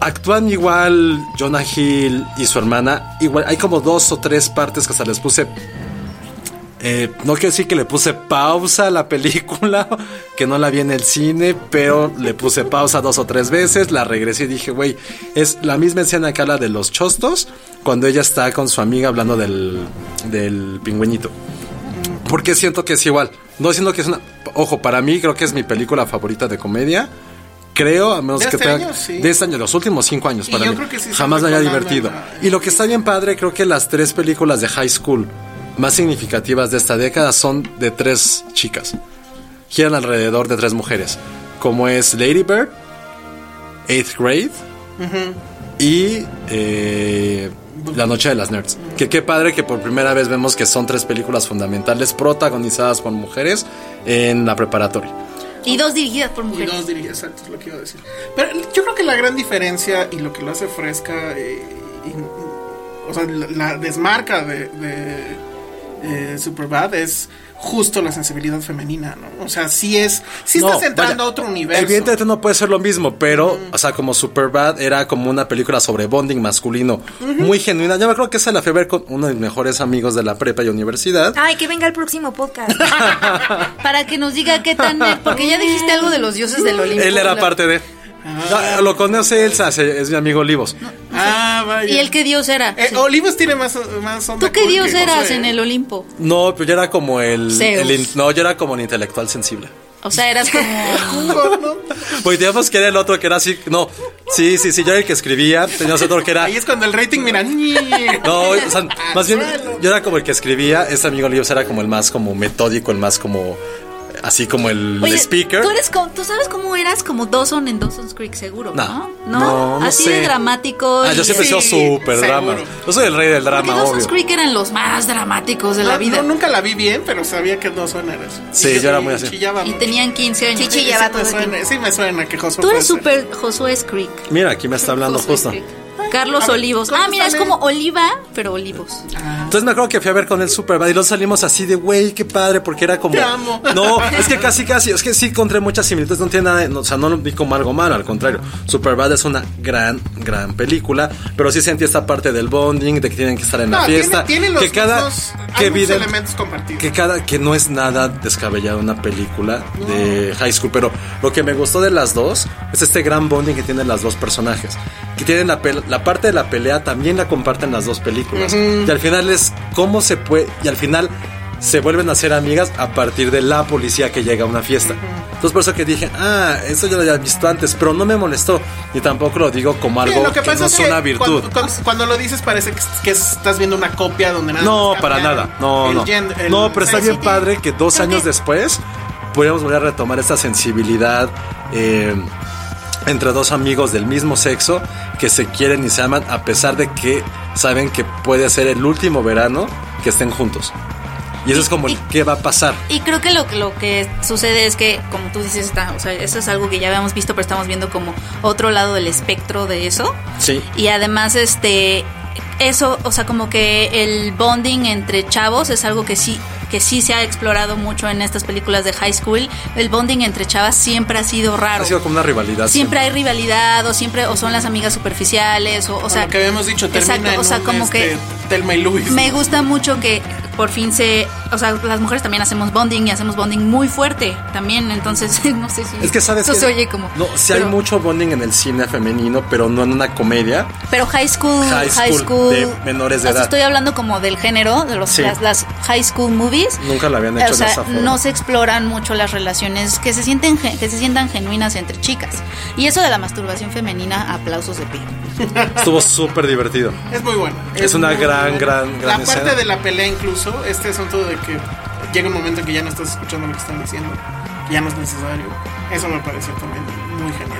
S4: actúan igual Jonah Hill y su hermana. Igual, hay como dos o tres partes que hasta les puse eh, no quiero decir que le puse pausa a la película, que no la vi en el cine, pero le puse pausa dos o tres veces, la regresé y dije, güey, es la misma escena que la de los chostos, cuando ella está con su amiga hablando del, del pingüinito. Porque siento que es igual. No siento que es una... Ojo, para mí creo que es mi película favorita de comedia. Creo, a menos
S5: De
S4: que
S5: este
S4: tenga...
S5: año, sí.
S4: De este año, los últimos cinco años
S5: Y
S4: para
S5: yo
S4: mí.
S5: creo que sí se
S4: Jamás me haya
S5: recordará
S4: divertido.
S5: la-
S4: Y lo que está bien padre, creo que las tres películas de high school más significativas de esta década son de tres chicas. Giran alrededor de tres mujeres. Como es Lady Bird, Eighth Grade y eh, La Noche de las Nerds. Que qué padre que por primera vez vemos que son tres películas fundamentales protagonizadas por mujeres en la preparatoria.
S7: Y dos dirigidas por
S5: Y
S7: mujeres.
S5: dos dirigidas, exacto, es lo que iba a decir. Pero yo creo que la gran diferencia y lo que lo hace fresca, eh, y- o sea, la, la desmarca de, de, eh, Superbad es justo la sensibilidad femenina, ¿no? O sea, sí es, sí
S4: No,
S5: estás entrando
S4: vaya,
S5: a otro universo.
S4: Evidentemente no puede ser lo mismo, pero, o sea, como Superbad era como una película sobre bonding masculino muy genuina. Yo me acuerdo que esa la fui a ver con uno de mis mejores amigos de la prepa y universidad.
S6: Ay, que venga el próximo podcast.
S7: Para que nos diga qué tan nerd, porque ya dijiste algo de los dioses del Olimpo.
S4: él era
S7: Lo-
S4: parte de. Ah, Lo conoce Elsa, se- es mi amigo Olivos.
S5: Ah, vaya.
S7: ¿Y el qué dios era?
S5: Eh, Olivos tiene más, más onda
S7: ¿Tú qué
S5: cool que
S7: dios eras
S5: Josué.
S7: en el Olimpo?
S4: No, pero yo era como el,
S7: Zeus.
S4: el in- No, yo era como el intelectual sensible.
S7: O sea, eras como...
S4: Pues digamos que era el otro que era así. No, sí, sí, sí, yo era el que escribía. Tenía otro que era.
S5: Ahí es cuando el rating, mira, ni-
S4: No, o sea, más bien yo era como el que escribía, este amigo Olivos era como el más como metódico, el más como así como el
S7: Oye,
S4: speaker.
S7: ¿tú, eres como- tú sabes cómo eras como Dawson en Dawson's Creek, seguro,
S4: No,
S7: ¿no?
S4: no, no
S7: Así
S4: sé.
S7: de dramático.
S4: Ah, yo
S7: y-
S4: siempre he sido
S5: Sí,
S4: súper drama.
S5: seguro.
S4: Yo soy el rey del
S7: Porque
S4: drama,
S7: Dawson's
S4: obvio.
S7: Creek eran los más dramáticos de la
S5: No,
S7: vida.
S5: no, nunca la vi bien, pero sabía que no son eras.
S4: Sí,
S5: Y
S4: yo era muy así.
S5: Chillaba
S7: Y
S5: mucho.
S7: tenían 15 años.
S6: Chichi, ya
S5: Sí
S6: va
S5: me
S6: todo el
S5: suena,
S6: tiempo.
S5: sí me suena que Josué
S7: Tú eres
S5: puede ser.
S7: súper Josué Creek.
S4: Mira, aquí me está hablando
S7: Josué
S4: justo.
S7: Creek. Carlos
S5: A ver,
S7: Olivos.
S5: ¿cómo
S7: Ah, mira, es
S5: sale?
S7: como Oliva, pero Olivos.
S4: Entonces me acuerdo que fui a ver con el Superbad y luego salimos así de, güey, qué padre, porque era como...
S5: Te amo.
S4: No, es que casi, casi, es que sí encontré muchas similitudes, no tiene nada, de- no, o sea, no lo vi como algo malo, al contrario. Superbad es una gran, gran película, pero sí sentí esta parte del bonding, de que tienen que estar en la
S5: No,
S4: fiesta.
S5: tiene, tiene los
S4: que cada...
S5: mismos-
S4: que
S5: algunos
S4: evidente-
S5: elementos compartidos.
S4: que cada que no es nada descabellada una película de high school, pero lo que me gustó de las dos es este gran bonding que tienen las dos personajes, que tienen la, pel- la parte de la pelea también la comparten las dos películas y al final es cómo se puede y al final se vuelven a ser amigas a partir de la policía que llega a una fiesta. Entonces por eso que dije, ah, eso yo lo había visto antes, pero no me molestó y tampoco lo digo como
S5: Sí,
S4: algo
S5: lo que,
S4: que,
S5: pasa
S4: no
S5: es
S4: es
S5: que
S4: una virtud.
S5: Cuando, cuando- cuando lo dices parece que, que estás viendo una copia donde nada.
S4: No,
S5: más
S4: para
S5: cambiaron
S4: nada. No,
S5: el
S4: no.
S5: gen- el
S4: No, pero está bien
S5: sexo.
S4: padre que dos
S7: Creo
S4: años
S7: que-
S4: después pudiéramos volver a retomar esta sensibilidad eh, entre dos amigos del mismo sexo que se quieren y se aman a pesar de que saben que puede ser el último verano que estén juntos. Y eso es como el
S7: y-
S4: qué va a pasar.
S7: Y creo que lo, lo que sucede es que, como tú dices, está, o sea, eso es algo que ya habíamos visto, pero estamos viendo como otro lado del espectro de eso.
S4: Sí.
S7: Y además, este, eso, o sea, como que el bonding entre chavos es algo que sí, que sí se ha explorado mucho en estas películas de high school. El bonding entre chavas siempre ha sido raro.
S4: Ha sido como una rivalidad.
S7: Siempre hay rivalidad, o siempre, o son las amigas superficiales, o, o
S5: Como
S7: sea.
S5: que habíamos dicho, termina
S7: Exacto,
S5: en
S7: o sea,
S5: un,
S7: como
S5: este,
S7: que
S5: Telma y Luis.
S7: me gusta mucho que por fin se. O sea, las mujeres también hacemos bonding y hacemos bonding muy fuerte también. Entonces, no sé si.
S4: Es que sabes
S7: esto
S4: que-
S7: se oye como.
S4: No, si hay
S7: pero-
S4: mucho bonding en el cine femenino, pero no en una comedia.
S7: Pero high school.
S4: High
S7: High school.
S4: school de menores de
S7: o sea,
S4: edad.
S7: Estoy hablando como del género, de los,
S4: Sí.
S7: las, las high school movies.
S4: Nunca la habían hecho
S7: o sea,
S4: de esa forma.
S7: No se exploran mucho las relaciones que se, sienten, gen- que se sientan genuinas entre chicas. Y eso de la masturbación femenina, aplausos de pie.
S4: Estuvo súper divertido.
S5: Es muy bueno.
S4: Es una
S5: muy
S4: gran,
S5: bueno.
S4: gran, gran
S5: La parte
S4: escena.
S5: de la pelea, incluso, este asunto de que llega un momento en que ya no estás escuchando lo que están diciendo, que ya no es necesario. Eso me pareció también muy genial.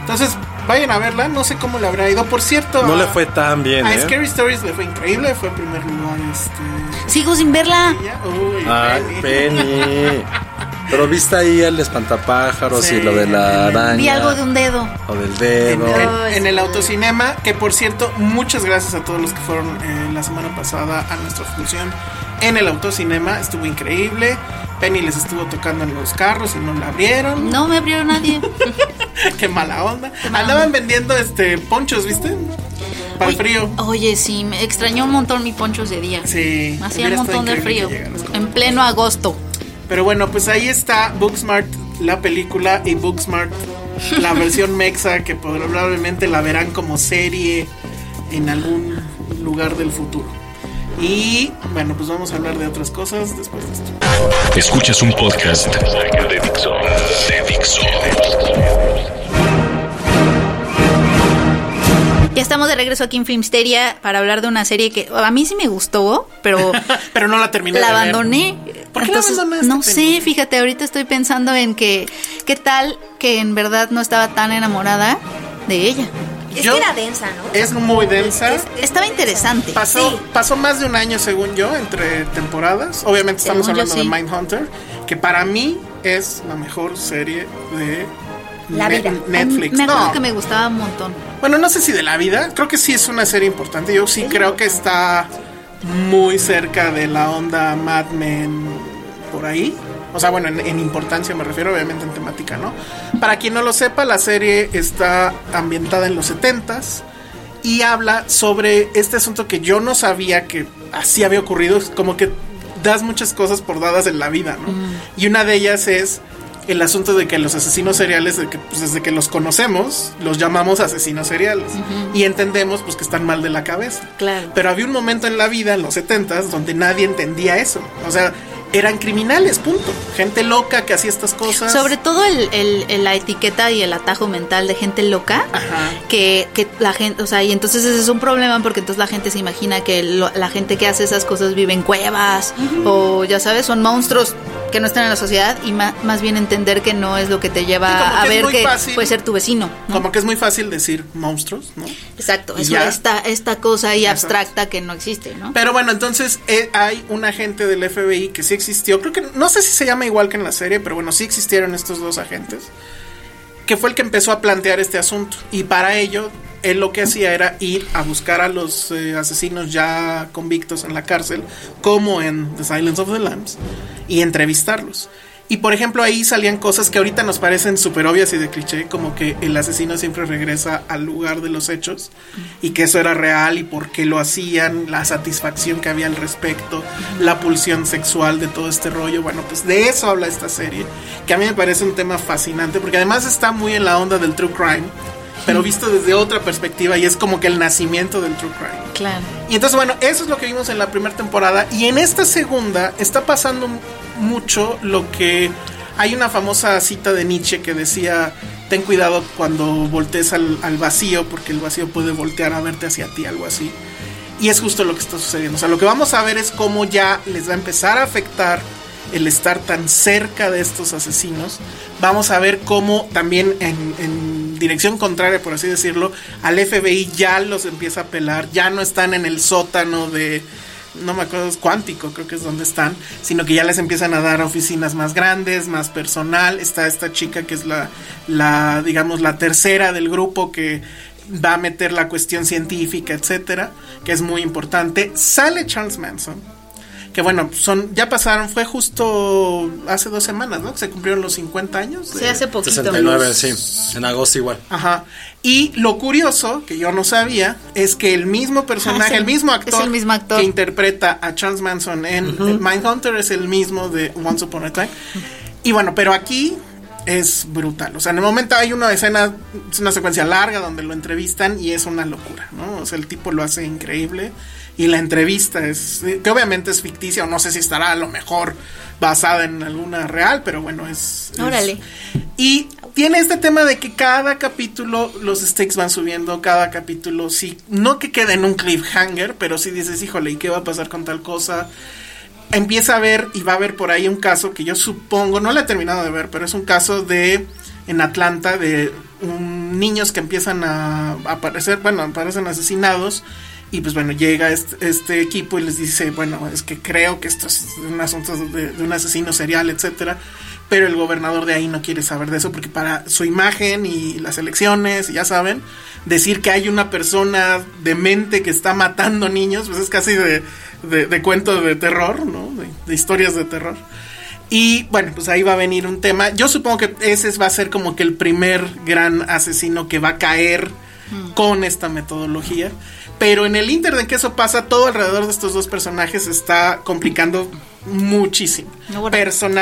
S5: Entonces, Vayan a verla, no sé cómo le habrá ido. Por cierto,
S4: No le
S5: a-
S4: fue tan bien,
S7: Ah,
S5: a
S4: ¿eh?
S5: Scary Stories le fue increíble, fue en primer lugar. Este,
S7: Sigo sin verla.
S5: ya, uy,
S4: Ay,
S5: Penny.
S4: Penny. Pero viste ahí el espantapájaros
S5: Sí.
S4: y lo de la araña.
S7: Vi algo de un dedo.
S4: O del
S5: en,
S4: dedo.
S5: en- en el autocinema, que por cierto, muchas gracias a todos los que fueron eh, la semana pasada a nuestra función en el autocinema, estuvo increíble. Penny les estuvo tocando en los carros y no la abrieron.
S7: No me abrió nadie.
S5: Qué mala onda.
S7: mala
S5: Andaban vendiendo este ponchos, ¿viste? Para el
S7: Oye-
S5: frío.
S7: Oye, sí, me extrañó un montón mi ponchos de día.
S5: Sí,
S7: Hacía un
S5: hubiera
S7: montón
S5: estado
S7: de
S5: increíble
S7: frío.
S5: que llegaras con-
S7: En pleno agosto.
S5: Pero bueno, pues ahí está Booksmart, la película, y Booksmart, la versión mexa, que probablemente la verán como serie en algún lugar del futuro. Y bueno, pues vamos a hablar de otras cosas después de esto.
S3: Escuchas un podcast de Dixo. De Dixo.
S7: Ya estamos de regreso aquí en Filmsteria para hablar de una serie que a mí sí me gustó, pero
S5: Pero no la terminé.
S7: la
S5: de ver.
S7: abandoné.
S5: ¿Por qué la
S7: Entonces,
S5: abandonaste,
S7: No
S5: Penny?
S7: sé, fíjate, ahorita estoy pensando en que qué tal que en verdad no estaba tan enamorada de ella.
S6: Es
S5: Yo-
S6: que era densa, ¿no?
S5: Es muy densa.
S7: Estaba interesante.
S5: Pasó,
S6: Sí.
S5: pasó más de un año, según yo, entre temporadas. Obviamente estamos
S7: Según yo,
S5: hablando
S7: sí.
S5: de Mindhunter, que para mí es la mejor serie de
S6: La vida.
S5: Netflix.
S7: Me acuerdo
S5: No.
S7: que me gustaba un montón.
S5: Bueno, no sé si de la vida, creo que sí es una serie importante. Yo sí creo que está muy cerca de la onda Mad Men por ahí. O sea, bueno, en, en importancia me refiero, obviamente en temática, ¿no? Para quien no lo sepa, la serie está ambientada en los 70s y habla sobre este asunto que yo no sabía que así había ocurrido. Es Como que das muchas cosas por dadas en la vida, ¿no? Y una de ellas es el asunto de que los asesinos seriales, de que, pues, desde que los conocemos, los llamamos asesinos seriales. Y entendemos pues que están mal de la cabeza.
S7: Claro.
S5: Pero había un momento en la vida, en los 70 donde nadie entendía eso. O sea, eran criminales, punto. Gente loca que hacía estas cosas.
S7: Sobre todo el, el- el- la etiqueta y el atajo mental de gente loca.
S5: Ajá.
S7: Que, que la gente, o sea, y entonces ese es un problema porque entonces la gente se imagina que lo- la gente que hace esas cosas vive en cuevas o ya sabes, son monstruos que no están en la sociedad y ma- más bien entender que no es lo que te lleva
S5: Sí, como
S7: a
S5: que es
S7: ver
S5: muy
S7: que
S5: fácil.
S7: puede ser tu vecino. ¿no?
S5: Como que es muy fácil decir monstruos, ¿no?
S7: Exacto,
S5: Y
S7: es
S5: ya.
S7: esta, esta cosa ahí
S5: Exacto.
S7: abstracta que no existe, ¿no?
S5: Pero bueno, entonces eh, hay un agente del FBI que sí existió. Creo que no sé si se llama igual que en la serie, pero bueno, sí existieron estos dos agentes. Que fue el que empezó a plantear este asunto. Y para ello, él lo que hacía era ir a buscar a los eh, asesinos ya convictos en la cárcel, como en The Silence of the Lambs, y entrevistarlos. Y por ejemplo, ahí salían cosas que ahorita nos parecen súper obvias y de cliché, como que el asesino siempre regresa al lugar de los hechos y que eso era real y por qué lo hacían, la satisfacción que había al respecto, la pulsión sexual de todo este rollo. Bueno, pues de eso habla esta serie, que a mí me parece un tema fascinante porque además está muy en la onda del true crime, pero visto desde otra perspectiva y es como que el nacimiento del true crime.
S7: Claro.
S5: Y entonces, bueno, eso es lo que vimos en la primera temporada. Y en esta segunda está pasando m- mucho lo que. Hay una famosa cita de Nietzsche que decía: Ten cuidado cuando voltees al, al vacío, porque el vacío puede voltear a verte hacia ti, algo así. Y es justo lo que está sucediendo. O sea, lo que vamos a ver es cómo ya les va a empezar a afectar el estar tan cerca de estos asesinos. Vamos a ver cómo también en, en dirección contraria, por así decirlo, al FBI ya los empieza a pelar. Ya no están en el sótano de... No me acuerdo, es cuántico, creo que es donde están. Sino que ya les empiezan a dar oficinas más grandes, más personal. Está esta chica que es la, la digamos, la tercera del grupo que va a meter la cuestión científica, etcétera, que es muy importante. Sale Charles Manson, que bueno, son ya pasaron, fue justo hace dos semanas, ¿no? Que se cumplieron los 50 años. de-
S7: Se hace poquito.
S4: 69, sí. En agosto igual.
S5: Ajá. Y lo curioso, que yo no sabía, es que el mismo personaje,
S7: Ah, es el-
S5: el, mismo actor,
S7: es el mismo actor.
S5: que interpreta a Charles Manson en eh, Mindhunter es el mismo de Once Upon a Time. Y bueno, pero aquí es brutal. O sea, en el momento hay una escena, es una secuencia larga donde lo entrevistan y es una locura, ¿no? O sea, el tipo lo hace increíble. Y la entrevista es, eh, que obviamente es ficticia, o no sé si estará a lo mejor basada en alguna real, pero bueno, es... es-
S7: Órale.
S5: y tiene este tema de que cada capítulo los stakes van subiendo, cada capítulo sí, no que quede en un cliffhanger, pero sí dices, híjole, ¿y qué va a pasar con tal cosa? Empieza a ver y va a haber por ahí un caso que yo supongo, no lo he terminado de ver, pero es un caso de en Atlanta de un niños que empiezan a aparecer, bueno, aparecen asesinados. Y pues bueno, llega este, este equipo y les dice, bueno, es que creo que esto es un asunto de, de un asesino serial, etcétera. Pero el gobernador de ahí no quiere saber de eso porque para su imagen y las elecciones, y ya saben, decir que hay una persona demente que está matando niños, pues es casi de, de, de cuento de terror, ¿no? De- de historias de terror. Y bueno, pues ahí va a venir un tema. Yo supongo que ese va a ser como que el primer gran asesino que va a caer
S7: Mm.
S5: con esta metodología. Pero en el inter de que eso pasa, todo alrededor de estos dos personajes se está complicando muchísimo.
S7: No, bueno.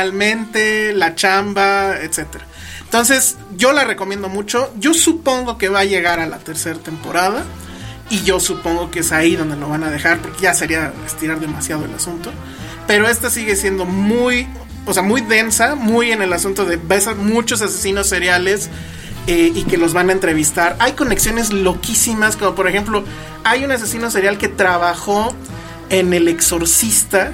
S5: Personalmente, la chamba, etcétera. Entonces, yo la recomiendo mucho. Yo supongo que va a llegar a la tercera temporada. Y yo supongo que es ahí donde lo van a dejar, porque ya sería estirar demasiado el asunto. Pero esta sigue siendo muy, o sea, muy densa, muy en el asunto de ves a muchos asesinos seriales eh, y que los van a entrevistar. Hay conexiones loquísimas, como por ejemplo, hay un asesino serial que trabajó en El Exorcista,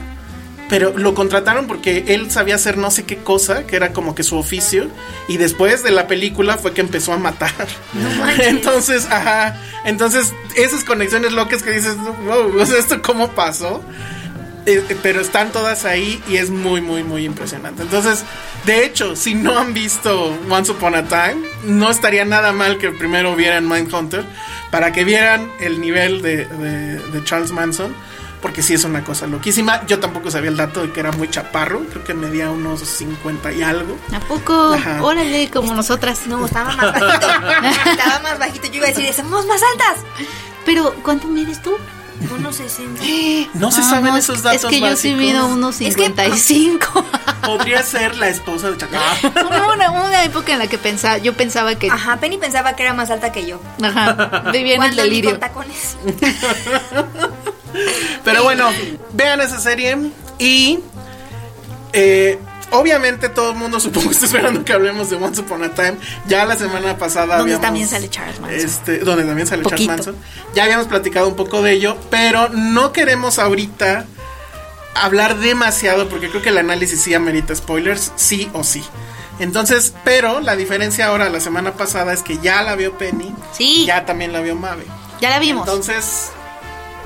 S5: pero lo contrataron porque él sabía hacer no sé qué cosa, que era como que su oficio, y después de la película fue que empezó a matar. entonces, ajá, entonces esas conexiones locas que dices, wow, o sea, esto cómo pasó. Eh, eh, pero están todas ahí y es muy, muy, muy impresionante. Entonces, de hecho, si no han visto Once Upon a Time, no estaría nada mal que primero vieran Mindhunter para que vieran el nivel de, de- de Charles Manson, porque sí es una cosa loquísima. Yo tampoco sabía el dato de que era muy chaparro, creo que medía unos 50 y algo.
S7: ¿A poco?
S5: Ajá.
S7: Órale, como nosotras.
S6: No, estaba más bajito. estaba más bajito. Yo iba a decir, somos más altas.
S7: Pero, ¿cuánto mides tú?
S6: Unos 60.
S5: No se
S7: Ah,
S5: saben
S7: no, es-
S5: esos datos.
S7: Es que yo sí
S5: básicos.
S7: mido unos
S6: Es que-
S7: 55.
S5: Podría ser la esposa de Chacal.
S7: Hubo una, una época en la que pensaba, yo pensaba que
S6: Ajá, Penny pensaba que era más alta que yo.
S7: ajá, vivía en el
S6: Cuando ni
S7: delirio.
S6: Con tacones.
S5: Pero bueno, vean esa serie y eh, obviamente todo el mundo supongo que está esperando que hablemos de Once Upon a Time. Ya la semana pasada
S6: Donde
S5: habíamos-
S6: también sale Charles Manson.
S5: Este, donde también sale Charles
S6: Poquito.
S5: Manson. Ya habíamos platicado un poco de ello, pero no queremos ahorita hablar demasiado porque creo que el análisis sí amerita spoilers, sí o sí. Entonces, pero la diferencia ahora la semana pasada es que ya la vio Penny,
S7: Sí.
S5: ya también la vio Mave.
S7: Ya la vimos.
S5: Entonces,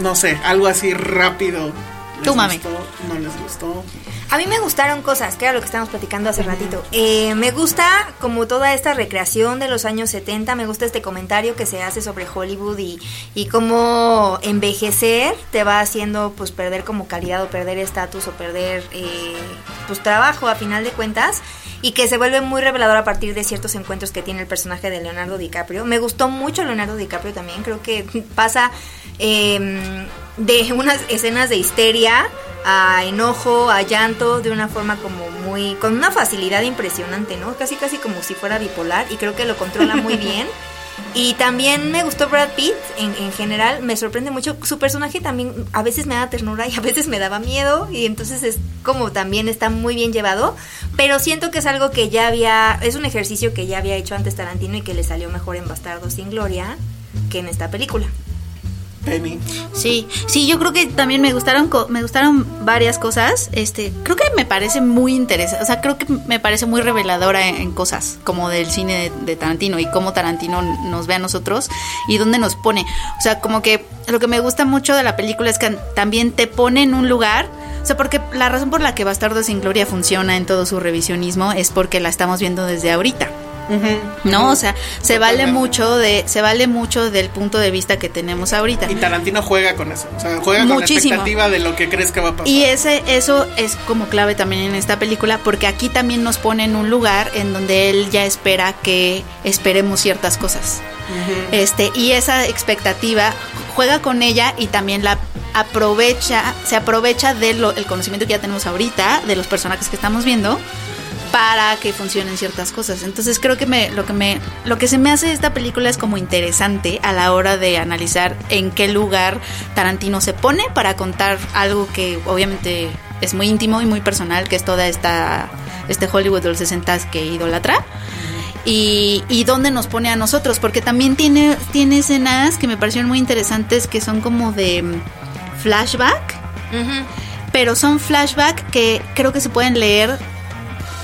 S5: no sé, algo así rápido. ¿Les
S7: Tú, mami.
S5: gustó? ¿No les gustó?
S6: A mí me gustaron cosas, que era lo que estábamos platicando hace ratito. Eh, me gusta como toda esta recreación de los años 70, me gusta este comentario que se hace sobre Hollywood y, y cómo envejecer te va haciendo pues perder como calidad o perder estatus o perder eh, pues trabajo a final de cuentas y que se vuelve muy revelador a partir de ciertos encuentros que tiene el personaje de Leonardo DiCaprio. Me gustó mucho Leonardo DiCaprio también, creo que pasa eh, de unas escenas de histeria a enojo, a llanto, de una forma como muy, con una facilidad impresionante, ¿no? Casi, casi como si fuera bipolar y creo que lo controla muy bien. Y también me gustó Brad Pitt en, en general, me sorprende mucho. Su personaje también a veces me da ternura y a veces me daba miedo. Y entonces es como también está muy bien llevado. Pero siento que es algo que ya había, es un ejercicio que ya había hecho antes Tarantino y que le salió mejor en Bastardo sin Gloria que en esta película.
S5: Penny.
S7: Sí, sí, yo creo que también me gustaron, co- me gustaron varias cosas. Este, creo que me parece muy interesante, o sea, creo que me parece muy reveladora en, en cosas como del cine de, de Tarantino y cómo Tarantino nos ve a nosotros y dónde nos pone. O sea, como que lo que me gusta mucho de la película es que también te pone en un lugar. O sea, porque la razón por la que Bastardo sin Gloria funciona en todo su revisionismo es porque la estamos viendo desde ahorita. No, o sea, se vale mucho de, se vale mucho del punto de vista que tenemos ahorita.
S5: Y Tarantino juega con eso. O sea, juega con la
S7: Muchísimo.
S5: expectativa de lo que crees que va a pasar.
S7: Y ese, eso es como clave también en esta película, porque aquí también nos pone en un lugar en donde él ya espera que esperemos ciertas cosas. Este, y esa expectativa juega con ella y también la aprovecha, se aprovecha del conocimiento que ya tenemos ahorita, de los personajes que estamos viendo, para que funcionen ciertas cosas. Entonces creo que me, lo que me, lo que se me hace de esta película es como interesante a la hora de analizar en qué lugar Tarantino se pone para contar algo que obviamente es muy íntimo y muy personal, que es toda esta este Hollywood de los 60 que idolatra. Y, y dónde nos pone a nosotros, porque también tiene, tiene escenas que me parecieron muy interesantes que son como de mm, flashback, pero son flashback que creo que se pueden leer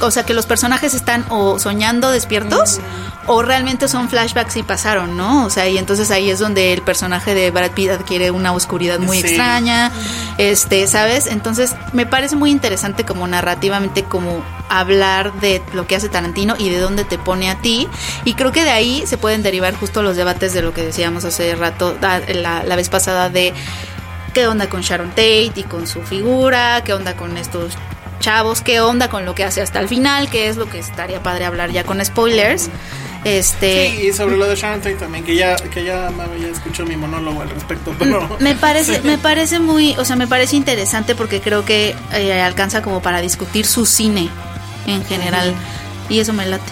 S7: o sea, que los personajes están o soñando despiertos o realmente son flashbacks y pasaron, ¿no? O sea, y entonces ahí es donde el personaje de Brad Pitt adquiere una oscuridad muy
S5: Sí.
S7: extraña, este, ¿sabes? Entonces me parece muy interesante como narrativamente como hablar de lo que hace Tarantino y de dónde te pone a ti y creo que de ahí se pueden derivar justo los debates de lo que decíamos hace rato, ah, la, la vez pasada de qué onda con Sharon Tate y con su figura, qué onda con estos chavos, qué onda con lo que hace hasta el final, que es lo que estaría padre hablar ya con spoilers. Este
S5: Sí, y sobre lo de Sharon Tate también, que ya, que ya, Mabe ya escuchó mi monólogo al respecto, pero...
S7: mm, me parece me parece muy, o sea, me parece interesante porque creo que eh, alcanza como para discutir su cine en general y eso me late.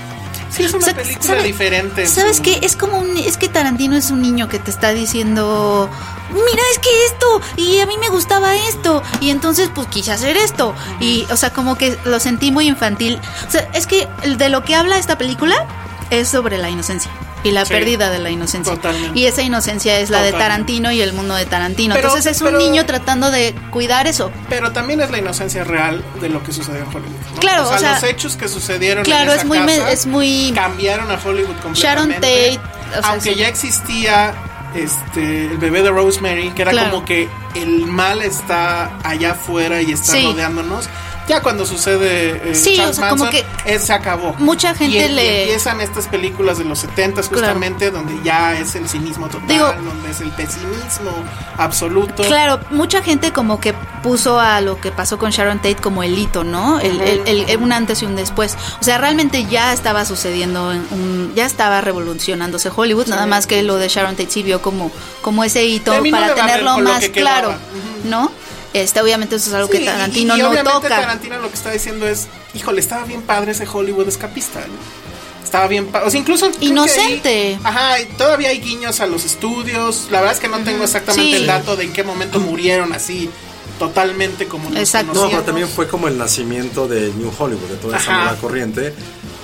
S5: Sí, es una
S7: O sea,
S5: película
S7: ¿sabe-
S5: diferente. en
S7: ¿Sabes
S5: su-
S7: qué? Es como un. Es que Tarantino es un niño que te está diciendo. Mira, es que esto. Y a mí me gustaba esto. Y entonces, pues quise hacer esto. Y, o sea, como que lo sentí muy infantil. O sea, es que de lo que habla esta película es sobre la inocencia. Y la
S5: Sí.
S7: pérdida de la inocencia.
S5: Totalmente.
S7: Y esa inocencia es la de
S5: Totalmente.
S7: Tarantino y el mundo de Tarantino.
S5: Pero-
S7: entonces es un
S5: pero-
S7: niño tratando de cuidar eso.
S5: Pero también es la inocencia real de lo que sucedió en Hollywood. ¿no?
S7: Claro,
S5: o sea,
S7: o sea,
S5: los hechos que sucedieron en
S7: Claro,
S5: esa
S7: es muy, me-
S5: casa
S7: es muy.
S5: cambiaron a Hollywood completamente.
S7: Sharon Tate, o sea,
S5: aunque
S7: sí.
S5: ya existía este el bebé de Rosemary, que era
S7: Claro.
S5: como que el mal está allá afuera y está
S7: Sí.
S5: rodeándonos. Ya cuando sucede eh,
S7: Sí,
S5: Charles
S7: o sea, como
S5: Manson,
S7: que
S5: eh, se acabó.
S7: mucha gente
S5: Y em- y
S7: le-
S5: empiezan estas películas de los 70 justamente donde ya es el cinismo total,
S7: Digo-
S5: donde es el pesimismo absoluto.
S7: Claro, mucha gente como que puso a lo que pasó con Sharon Tate como el hito, ¿no? El, el- el- el un antes y un después. O sea, realmente ya estaba sucediendo, en un- ya estaba revolucionándose Hollywood, nada más que lo de Sharon Tate sirvió como, como ese hito
S5: Terminó de
S7: para
S5: barrer
S7: tenerlo
S5: con lo
S7: más
S5: que quedaba.
S7: claro, ¿no? Este, obviamente eso es algo
S5: Sí,
S7: que
S5: y-
S7: Tarantino
S5: y,
S7: no
S5: obviamente
S7: toca.
S5: Tarantino lo que está diciendo es, híjole, estaba bien padre ese Hollywood escapista, ¿no? Estaba bien, pa- o sea, incluso creo que ahí-
S7: Inocente.
S5: ajá, y todavía hay guiños a los estudios. La verdad es que no tengo exactamente
S7: sí.
S5: el dato de en qué momento murieron así totalmente como nos
S7: Exacto.
S4: No,
S5: conocíamos.
S4: pero también fue como el nacimiento de New Hollywood, de toda esa
S5: Ajá.
S4: nueva corriente,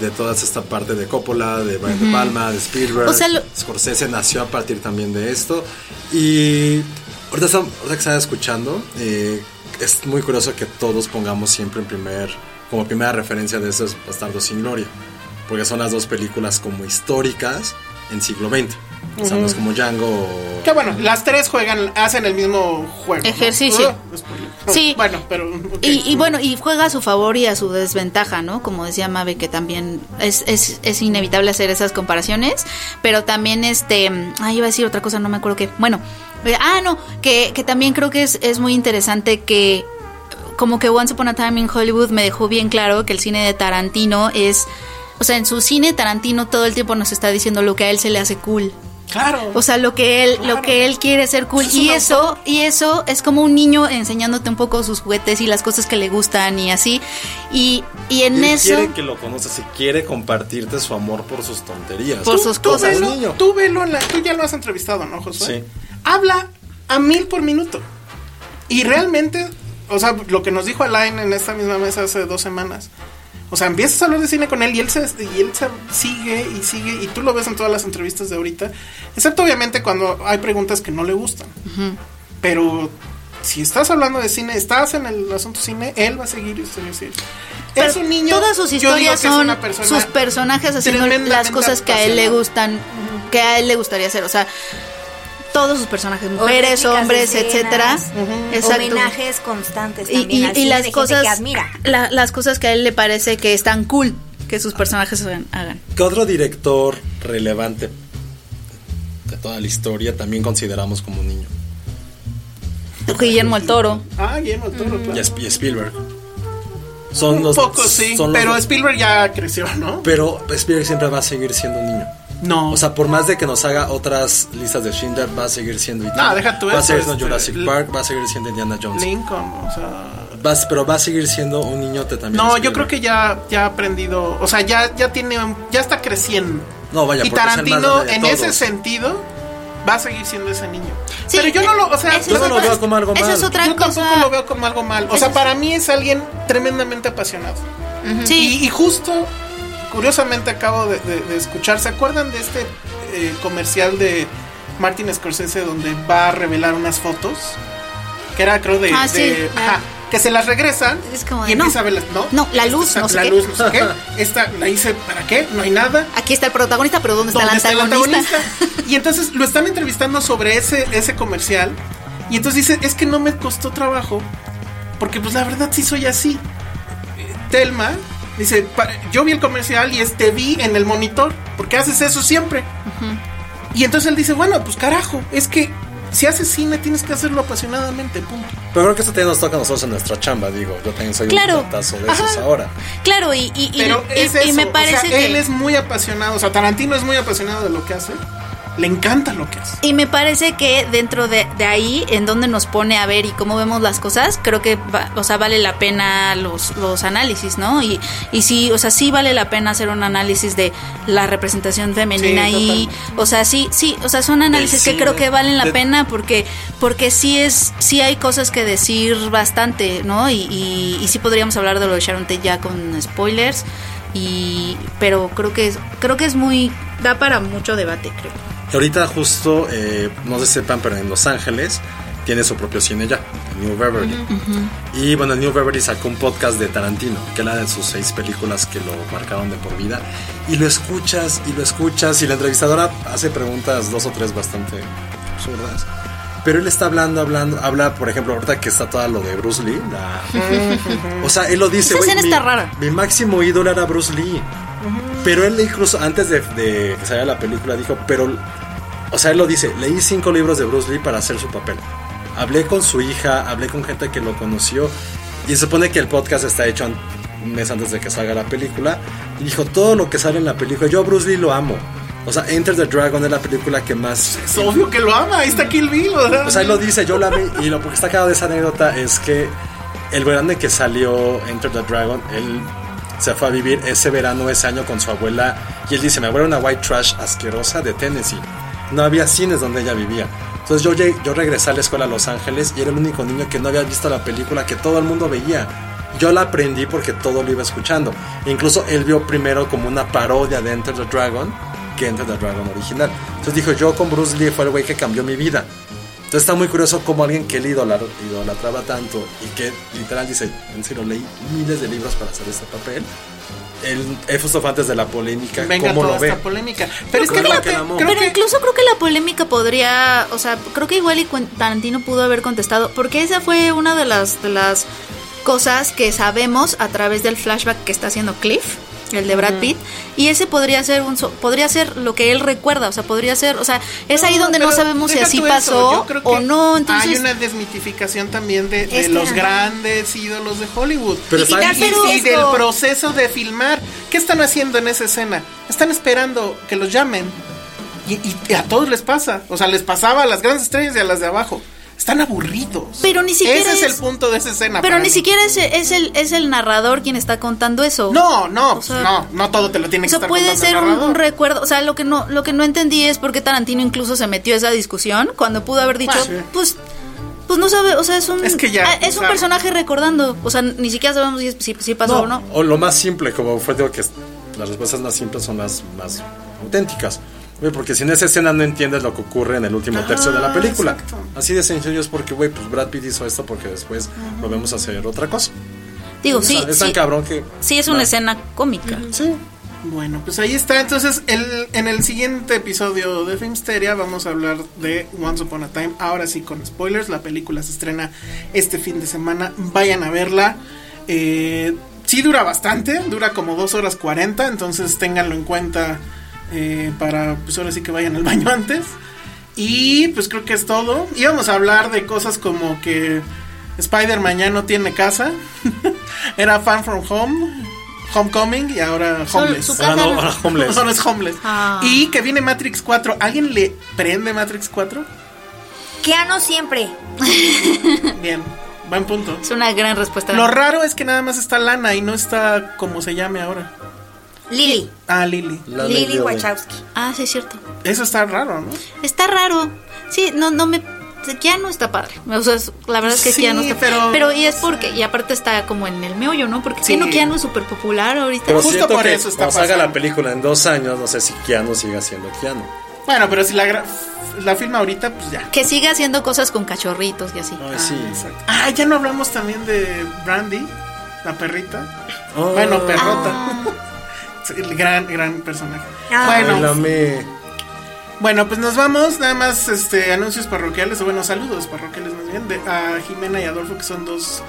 S4: de toda esta parte de Coppola, de Brian De Palma, de Spielberg.
S7: O sea, lo-
S4: Scorsese nació a partir también de esto. Y ahorita, están- ahorita que están escuchando, eh, es muy curioso que todos pongamos siempre en primer, como primera referencia de esos Bastardos sin Gloria, porque son las dos películas como históricas en siglo XX. O sea, no es como Django o-
S5: Que bueno, las tres juegan, hacen el mismo juego. ¿no?
S7: Ejercicio.
S5: Ah, spoiler. No,
S7: Sí.
S5: Bueno, pero. ok.
S7: Y, y bueno, y juega a su favor y a su desventaja, ¿no? Como decía Mabe, que también es, es, es inevitable hacer esas comparaciones, pero también este, mm, ay, iba a decir otra cosa, no me acuerdo qué. Bueno, eh, ah, no, que, que también creo que es, es muy interesante que como que Once Upon a Time in Hollywood me dejó bien claro que el cine de Tarantino es, o sea, en su cine Tarantino todo el tiempo nos está diciendo lo que a él se le hace cool.
S5: Claro.
S7: O sea, lo que él,
S5: Claro.
S7: lo que él quiere ser cool.
S5: Es un
S7: Y eso, y eso es como un niño enseñándote un poco sus juguetes y las cosas que le gustan y así. Y, y en
S4: Él
S7: eso.
S4: quiere que lo conoces y quiere compartirte su amor por sus tonterías.
S7: Por sus cosas.
S4: como
S5: velo-
S4: niño.
S5: tú velo en la- tú ya lo has entrevistado, ¿no, Josué?
S4: Sí.
S5: Habla a mil por minuto. Y realmente, o sea, lo que nos dijo Alain en esta misma mesa hace dos semanas. O sea, empiezas a hablar de cine con él y él, se, y él se sigue y sigue y tú lo ves en todas las entrevistas de ahorita. Excepto obviamente cuando hay preguntas que no le gustan. Pero si estás hablando de cine, estás en el asunto cine, él va a seguir y seguir. y seguir.
S7: pero
S5: es un niño.
S7: todas sus
S5: yo digo
S7: historias
S5: que es
S7: son
S5: una persona
S7: sus personajes haciendo las
S5: tremendamente
S7: cosas que a él le
S5: apasionada.
S7: gustan, que a él le gustaría hacer. O sea, todos sus personajes, mujeres,
S6: réplicas de
S7: hombres,
S6: escenas,
S7: etcétera. Exacto.
S6: Homenajes constantes
S7: y,
S6: también
S7: y-
S6: al
S7: y
S6: cine de
S7: las
S6: gente
S7: cosas
S6: que admira.
S7: la- las cosas que a él le parece que están cool que
S4: Ah.
S7: sus personajes hagan- hagan.
S4: ¿Qué otro director relevante de toda la historia también consideramos como un niño?
S7: Guillermo el Toro.
S5: Ah, Guillermo del Toro,
S4: Y,
S5: claro.
S4: es- y Spielberg. Son
S5: Un
S4: los,
S5: poco sí,
S4: son los-
S5: pero Spielberg ya creció, ¿no?
S4: pero Spielberg siempre va a seguir siendo un niño.
S5: No.
S4: O sea, por más de que nos haga otras listas de Schindler, va a seguir siendo Italia.
S5: No, deja tú
S4: Va a
S5: eso,
S4: seguir siendo
S5: este,
S4: Jurassic
S5: L-
S4: Park, va a seguir siendo Indiana Jones.
S5: Lincoln, o sea.
S4: Va a- pero va a seguir siendo un niñote también.
S5: No, yo
S4: Spielberg.
S5: creo que ya, ya ha aprendido, o sea, ya, ya tiene, un- ya está creciendo.
S4: No, vaya,
S5: y
S4: porque es el más
S5: Tarantino
S4: grande de
S5: en
S4: todos.
S5: ese sentido va a seguir siendo ese niño.
S7: Sí,
S5: pero yo no lo, o sea,
S7: esa
S4: yo
S7: es
S4: no lo
S7: otra-
S4: veo como algo
S7: Esa
S4: mal.
S7: es otra
S5: yo
S7: cosa.
S5: tampoco lo veo como algo mal. O sea,
S7: Eso-
S5: para mí es alguien tremendamente apasionado.
S7: Sí,
S5: Y, y justo, curiosamente acabo de, de- de escuchar, ¿se acuerdan de este eh, comercial de Martin Scorsese donde va a revelar unas fotos? Que era creo de...
S7: Ah,
S5: de-
S7: sí, ya.
S5: ajá. que se las regresan.
S7: Es como de,
S5: y empieza
S7: no.
S5: a verlas, ¿no?
S7: No, la luz,
S5: Esta-
S7: no sé
S5: la
S7: qué.
S5: luz, no sé qué. Esta la hice, ¿para qué? No hay nada.
S7: Aquí está el protagonista, pero ¿dónde está,
S5: ¿Dónde
S7: el, antagonista?
S5: antagonista? Y entonces lo están entrevistando sobre ese, ese comercial. Y entonces dice, es que no me costó trabajo. Porque pues la verdad sí soy así. Eh, Telma dice, "Pa- yo vi el comercial y este vi en el monitor. Porque haces eso siempre. Y entonces él dice, bueno, pues carajo, es que si haces cine tienes que hacerlo apasionadamente, punto.
S4: Pero creo que esto también nos toca a nosotros en nuestra chamba, digo. Yo también soy
S7: Claro.
S4: un ratazo de esos
S7: Ajá.
S4: ahora.
S7: Claro, y, y, y-
S5: Pero
S7: y-
S5: es
S7: y
S5: eso,
S7: me
S5: o
S7: parece
S5: sea,
S7: que...
S5: él es muy apasionado, o sea, Tarantino es muy apasionado de lo que hace. Le encanta lo que hace.
S7: Y me parece que dentro de, de ahí, en donde nos pone a ver y cómo vemos las cosas, creo que va- o sea, vale la pena los, los análisis, ¿no? Y, y sí, o sea, sí vale la pena hacer un análisis de la representación femenina
S5: Sí,
S7: y, o sea, sí, sí, o sea, son análisis que
S4: cine,
S7: creo que valen la
S4: de-
S7: pena porque, porque sí es, sí hay cosas que decir bastante, ¿no? Y, y, y sí podríamos hablar de lo de Sharon Tate ya con spoilers. Y, pero creo que es, creo que es muy da para mucho debate creo
S4: Y ahorita justo, eh, no sé si sepan, pero en Los Ángeles tiene su propio cine ya, en New Beverly. Y bueno, New Beverly sacó un podcast de Tarantino, que era de sus seis películas que lo marcaron de por vida. Y lo escuchas y lo escuchas y la entrevistadora hace preguntas dos o tres bastante absurdas. Pero él está hablando, hablando, habla, por ejemplo, ahorita que está todo lo de Bruce Lee. la- o sea, él lo dice.
S7: Esa
S4: "Güey,
S7: escena
S4: mi-
S7: está rara".
S4: Mi máximo ídolo era Bruce Lee. Pero él incluso antes de, de que saliera la película dijo, pero, o sea, él lo dice, leí cinco libros de Bruce Lee para hacer su papel. Hablé con su hija, hablé con gente que lo conoció y se supone que el podcast está hecho an- un mes antes de que salga la película. Y dijo, todo lo que sale en la película, yo a Bruce Lee lo amo. O sea, Enter the Dragon es la película que más...
S5: Es obvio que lo ama, ahí está Kill Bill. O sea,
S4: O sea, él Pues lo dice, yo la amé y lo que está cagado de esa anécdota es que el verano en que salió Enter the Dragon, él se fue a vivir ese verano, ese año con su abuela y él dice, mi abuela era una white trash asquerosa de Tennessee. No había cines donde ella vivía. Entonces yo, llegué- yo regresé a la escuela a Los Ángeles y era el único niño que no había visto la película que todo el mundo veía. Yo la aprendí porque todo lo iba escuchando. Incluso él vio primero como una parodia de Enter the Dragon que Enter the Dragon original. Entonces dijo, yo con Bruce Lee fue el güey que cambió mi vida. Entonces está muy curioso como alguien que él idola- idolatraba tanto y que literal dice, en serio, leí miles de libros para hacer este papel. Él, él justo fue antes de la polémica,
S5: venga
S4: ¿cómo
S5: toda
S4: lo ve?
S5: esta polémica. Pero es que
S4: Creo
S5: fíjate,
S4: que la amó.
S5: creo
S7: pero
S5: que-
S7: incluso creo que la polémica podría, o sea, creo que igual y cuen- Tarantino pudo haber contestado, porque esa fue una de las, de las cosas que sabemos a través del flashback que está haciendo Cliff, el de Brad Pitt, y ese podría ser un, so- podría ser lo que él recuerda, o sea, podría ser, o sea, es ahí donde no
S5: Pero
S7: sabemos si
S5: deja
S7: así
S5: tú eso,
S7: pasó
S5: yo creo
S7: o
S5: que
S7: no, entonces.
S5: Hay una desmitificación también de, de
S7: Es que-
S5: los
S7: ajá.
S5: grandes ídolos de Hollywood.
S4: Pero
S5: y,
S4: ¿sabes?
S5: y- y
S7: Pero-
S5: del proceso de filmar. ¿Qué están haciendo en esa escena? Están esperando que los llamen. Y, y a todos les pasa. O sea, les pasaba a las grandes estrellas y a las de abajo. Están aburridos.
S7: Pero ni siquiera
S5: Ese es,
S7: es-
S5: el punto de esa escena.
S7: Pero
S5: para
S7: ni
S5: mí.
S7: siquiera es, es el, es el narrador quien está contando eso.
S5: No, no,
S7: O sea,
S5: no, no todo te lo tiene que
S7: O sea,
S5: estar
S7: puede
S5: contando el
S7: ser un,
S5: narrador.
S7: un recuerdo. O sea, lo que no, lo que no entendí es por qué Tarantino incluso se metió a esa discusión cuando pudo haber dicho,
S5: Ah, sí.
S7: pues, pues no sabe, o sea, es un,
S5: Es que ya,
S7: ah, es
S5: o
S7: un
S5: sea-
S7: personaje recordando. O sea, ni siquiera sabemos si, si- si pasó o no.
S4: O lo más simple, como fue, digo que las respuestas más simples son las más auténticas. Güey, porque sin esa escena no entiendes lo que ocurre en el último tercio de la película.
S5: exacto.
S4: Así de sencillo es porque, güey, pues Brad Pitt hizo esto porque después lo vemos hacer otra cosa.
S7: Digo,
S4: Es
S7: sí,
S4: tan- es tan
S7: sí,
S4: cabrón que.
S7: sí es una
S4: no.
S7: escena cómica.
S4: Sí.
S5: Bueno, pues ahí está. Entonces, el, en el siguiente episodio de Filmsteria vamos a hablar de Once Upon a Time. Ahora sí, con spoilers. La película se estrena este fin de semana. Vayan a verla. Eh, sí dura bastante. Dura como 2 horas 40. Entonces, ténganlo en cuenta eh, para, pues ahora sí que vayan al baño antes. Y pues creo que es todo. Íbamos a hablar de cosas como que Spider-Man ya no tiene casa. Era fan from home. Homecoming y ahora Homeless.
S7: su
S4: Ahora Ah, no, ahora homeless.
S5: Ahora es Homeless.
S7: Ah.
S5: Y que viene Matrix 4. ¿Alguien le prende Matrix 4?
S6: Keanu siempre.
S5: Bien, buen punto.
S7: Es una gran respuesta.
S5: Lo raro es que nada más está Lana y no está como se llame ahora.
S6: Lily.
S5: Ah, Lily.
S4: La
S6: Lily
S4: ley de-
S6: Wachowski.
S7: ah, sí, es cierto.
S5: Eso está raro, ¿no?
S7: Está raro. Sí, no, no me. Ya no está padre. O sea, es- la verdad es que
S5: Sí,
S7: Keanu está
S5: pero-
S7: y es porque. Y aparte está como en el meollo, ¿no? Porque
S5: Sí.
S7: Keanu, Keanu es súper popular ahorita.
S4: Pero
S5: Justo
S4: siento
S5: por
S4: que
S5: eso está
S4: cuando salga
S5: pasando.
S4: la película en dos años, no sé si Keanu siga siendo Keanu.
S5: Bueno, pero si la, gra- la filma ahorita, pues ya.
S7: Que siga haciendo cosas con cachorritos y así.
S4: Ay, sí.
S5: Ah, ya no hablamos también de Brandy, la perrita.
S4: Oh.
S5: Bueno, perrota.
S7: Ah.
S5: Sí, el gran, gran personaje.
S6: Ah.
S4: Ay, la
S5: Bueno,
S4: amé.
S5: bueno, pues nos vamos. Nada más este anuncios parroquiales, o bueno, saludos parroquiales más bien, de, a Jimena y Adolfo, que son dos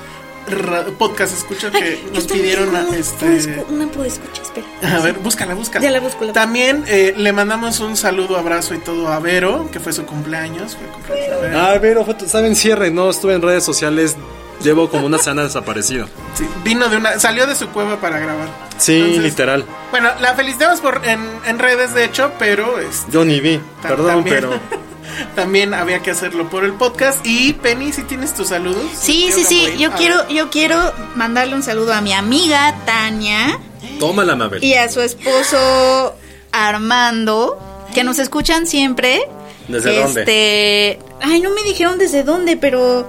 S5: ra- podcast escucha que
S6: Ay, yo
S5: nos
S6: también
S5: pidieron a,
S6: tengo un- un
S5: este.
S6: escu- Una puedo escuchar, espera.
S5: A ver, búscala, búscala.
S6: Ya la busco, la busco.
S5: También eh, le mandamos un saludo, abrazo y todo a Vero, que fue su cumpleaños. Fue cumpleaños de Vero.
S4: Ah, pero fue- saben, cierre, no estuve en redes sociales. Llevo como una semana desaparecido.
S5: Sí, vino de una, salió de su cueva para grabar.
S4: Sí,
S5: Entonces,
S4: literal.
S5: Bueno, la felicitamos por en, en redes, de hecho, pero este,
S4: Yo ni vi.
S5: ta-
S4: Perdón,
S5: también-
S4: pero.
S5: también había que hacerlo por el podcast. Y Penny, si tienes tus saludos.
S7: Sí, sí, sí. Yo
S5: Ah,
S7: quiero, yo quiero mandarle un saludo a mi amiga Tania
S4: Tómala, Mabel.
S7: y a su esposo Armando, que nos escuchan siempre.
S4: ¿Desde
S7: este, Ay, no me dijeron desde dónde, pero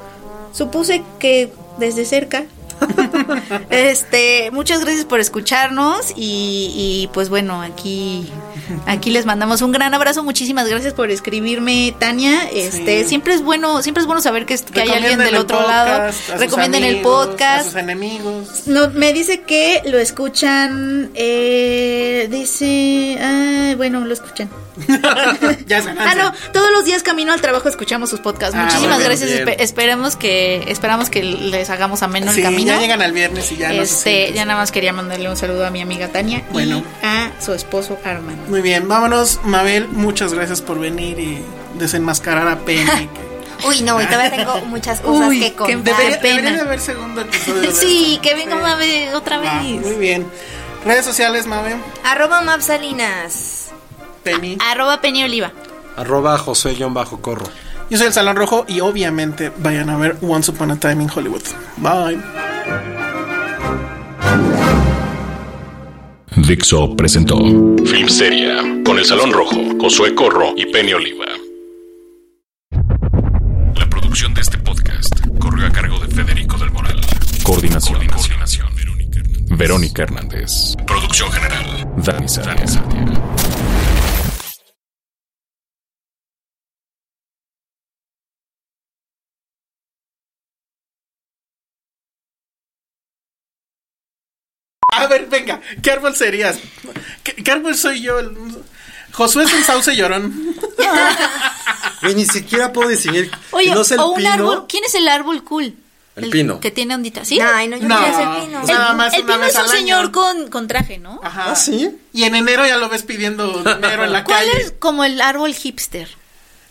S7: supuse que desde cerca. este, muchas gracias por escucharnos y, y, pues bueno, aquí, aquí les mandamos un gran abrazo. Muchísimas gracias por escribirme, Tania. Este,
S5: Sí.
S7: siempre es bueno, siempre es bueno saber que, es- que hay alguien
S5: recomienden
S7: del
S5: el
S7: otro
S5: podcast, a
S7: lado.
S5: sus
S7: Recomienden el
S5: amigos, A
S7: podcast.
S5: sus enemigos.
S7: No, me dice que lo escuchan. Eh, dice. ah, bueno, lo escuchan.
S5: ya es
S7: Ah, no. Todos los días camino al trabajo escuchamos sus podcasts.
S5: Ah,
S7: Muchísimas
S4: muy bien,
S7: gracias.
S4: bien.
S7: Espe- esperemos que esperamos que les hagamos ameno
S5: Sí,
S7: el camino.
S5: ya llegan al viernes y ya no se
S7: este,
S5: sienten.
S7: ya nada más quería mandarle un saludo a mi amiga Tania
S5: Bueno.
S7: y a su esposo Armando.
S5: Muy bien, vámonos, Mabel. Muchas gracias por venir y desenmascarar a Penny.
S6: Uy, no, y todavía tengo muchas cosas
S7: Uy,
S6: que
S7: qué
S6: contar.
S5: Debería,
S7: pena.
S5: debería de haber segundo episodio. de
S7: Sí,
S5: esto.
S7: que venga
S5: Sí.
S7: Mabel otra
S5: Va, muy
S7: vez.
S5: bien. Redes sociales, Mabel.
S6: Arroba Mapsalinas.
S5: Penny.
S7: Arroba Penny Oliva.
S4: Arroba Josué-Corro.
S5: Yo soy el Salón Rojo y obviamente vayan a ver Once Upon a Time in Hollywood. Bye.
S3: Dixo presentó Film Seria con El Salón Rojo, Josué Corro y Penny Oliva. La producción de este podcast corrió a cargo de Federico del Moral. Coordinación. Coordinación. Verónica Hernández. Producción general. Dani Sardia.
S5: A ver, venga, ¿qué árbol serías? ¿Qué, qué árbol soy yo? El- Josué es un sauce llorón.
S4: Güey, ni siquiera puedo distinguir.
S7: Oye,
S4: si no es el
S7: o un
S4: pino,
S7: árbol. ¿Quién es el árbol cool?
S4: El pino.
S7: Que tiene ondita. ¿Sí?
S6: Ay, no, yo
S5: No.
S6: no soy pino.
S5: O sea, nada
S7: el,
S5: más
S7: el
S5: una
S7: pino
S5: vez
S7: es un
S5: al año.
S7: señor con, con traje, ¿no?
S5: Ajá.
S4: ¿Ah, sí?
S5: Y en enero ya lo ves pidiendo dinero en la
S7: ¿Cuál
S5: calle.
S7: es como el árbol hipster?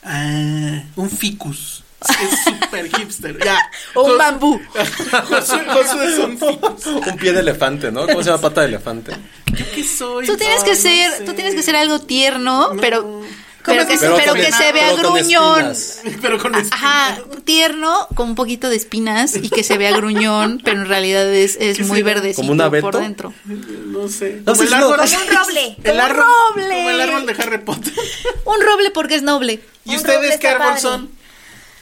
S5: Ah, un ficus. Es súper hipster. Ya.
S7: O un
S5: Jos-
S7: bambú.
S5: Josué, Josué es un ficus.
S4: Un pie de elefante, ¿no? ¿Cómo se llama pata de elefante?
S5: ¿Yo qué soy?
S7: Tú tienes
S5: Ay,
S7: que
S5: no
S7: ser,
S5: sé.
S7: tú tienes que ser algo tierno, pero pero
S5: Comes
S7: que,
S5: bien
S7: pero que
S5: combinado,
S7: se vea
S4: pero con
S7: gruñón.
S4: espinas.
S5: Pero con este, espinas.
S7: Ah, Ajá, tierno con un poquito de espinas y que se vea gruñón, pero en realidad es, es muy
S5: será?
S7: verdecito
S4: ¿Como un abeto?
S7: por dentro.
S5: No sé.
S4: No
S5: Como
S4: sé
S5: el
S4: si lo-
S5: árbol.
S4: Como
S6: un roble.
S5: El
S7: Como
S5: árbol.
S7: un roble.
S5: Como el árbol de Harry Potter.
S7: Un roble porque es noble.
S5: ¿Y
S6: Un
S5: ustedes
S6: roble
S5: qué
S6: está
S5: árbol
S6: padre.
S5: son?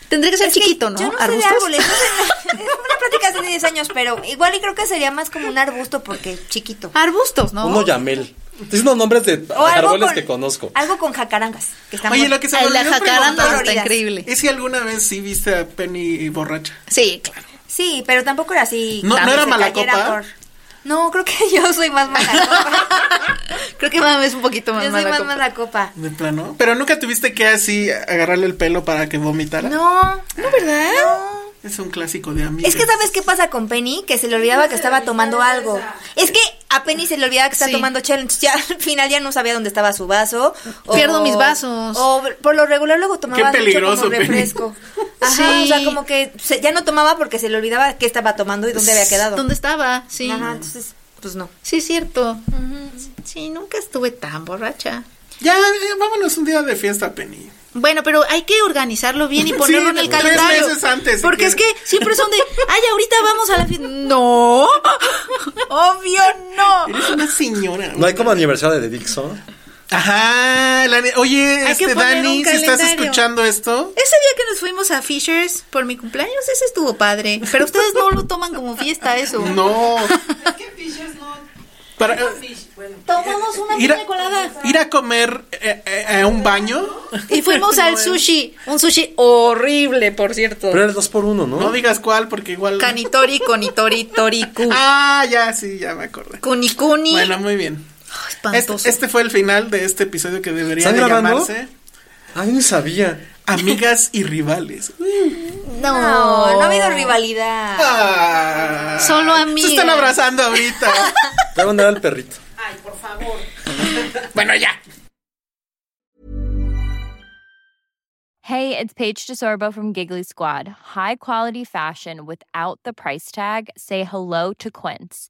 S7: Tendría que ser
S6: Es que
S7: chiquito, ¿no?
S6: Yo no sé de
S7: ¿Arbustos?
S6: árboles. no sé- es una plática hace 10 años, pero igual y creo que sería más como un arbusto porque chiquito.
S7: Arbustos, ¿no?
S4: Uno Yamel. Es unos nombres de
S6: O algo
S4: árboles
S6: con-
S4: que conozco.
S6: Algo con jacarangas. Que están
S5: Oye,
S6: bonitas.
S5: lo que se me
S7: Ay, la
S5: olvidó
S7: jacaranda
S5: preguntar
S7: está
S6: Floridas.
S7: increíble.
S5: es si alguna vez sí viste a Penny borracha.
S7: Sí, claro.
S6: Sí, pero tampoco era así.
S5: No,
S6: que
S5: ¿no era
S6: se
S5: mala
S6: cayera
S5: copa?
S6: por- No, creo que yo soy más mala copa.
S7: Creo que mami es un poquito
S6: yo
S7: más
S6: soy
S7: mala
S6: más
S7: copa.
S6: mala copa.
S5: De plano. Pero nunca tuviste que así agarrarle el pelo para que vomitara.
S6: No. No, ¿verdad?
S5: Es un clásico de amigos.
S6: Es que ¿sabes qué pasa con Penny? Que se le olvidaba que estaba tomando algo. Es que a Penny se le olvidaba que estaba
S7: Sí.
S6: tomando chela, entonces ya al final ya no sabía dónde estaba su vaso.
S7: Pierdo mis vasos.
S6: O por lo regular luego tomaba
S5: Qué peligroso,
S6: mucho como refresco. Ajá,
S7: Sí.
S6: o sea, como que se- ya no tomaba porque se le olvidaba qué estaba tomando y dónde había quedado.
S7: ¿Dónde estaba? Sí.
S6: Ajá, entonces, pues no.
S7: Sí, es cierto. Sí, nunca estuve tan borracha.
S5: Ya, eh, vámonos un día de fiesta, Penny.
S7: Bueno, pero hay que organizarlo bien y ponerlo en el
S5: tres
S7: calendario.
S5: meses antes, si
S7: porque es que
S5: quieres.
S7: siempre son de, ay, ahorita vamos a la fiesta. No, obvio no.
S5: Eres una señora.
S4: No hay como aniversario de Dixon.
S5: Ajá. la ne- Oye,
S7: que
S5: este
S7: poner un
S5: Dani, si estás
S7: calendario.
S5: escuchando esto.
S7: Ese día que nos fuimos a Fishers por mi cumpleaños, ese estuvo padre. Pero ustedes no lo toman como fiesta eso.
S5: No. Para, eh,
S9: Tomamos una
S5: ir, a,
S9: piña colada.
S5: ir a comer eh, eh, a un baño.
S9: Y fuimos al sushi. Un sushi horrible, por cierto.
S4: Pero era el 2 por 1 ¿no?
S5: No digas cuál, porque igual.
S9: Canitori, conitori, toriku.
S5: Ah, ya, sí, ya me acordé.
S9: Kunikuni.
S5: Bueno, muy bien.
S9: Ay,
S5: Este,
S9: espantoso.
S5: este fue el final de este episodio que debería
S4: ¿Están
S5: de
S4: grabando?
S5: llamarse
S4: Ay, no sabía.
S5: Amigas y rivales.
S9: No,
S6: No, no ha habido rivalidad.
S5: Ah,
S9: Solo
S5: Se
S9: amigas.
S5: están abrazando ahorita.
S4: Te voy a mandar al perrito.
S5: bueno, ya.
S7: Hey, it's Paige DeSorbo from Giggly Squad. High quality fashion without the price tag. Say hello to Quince.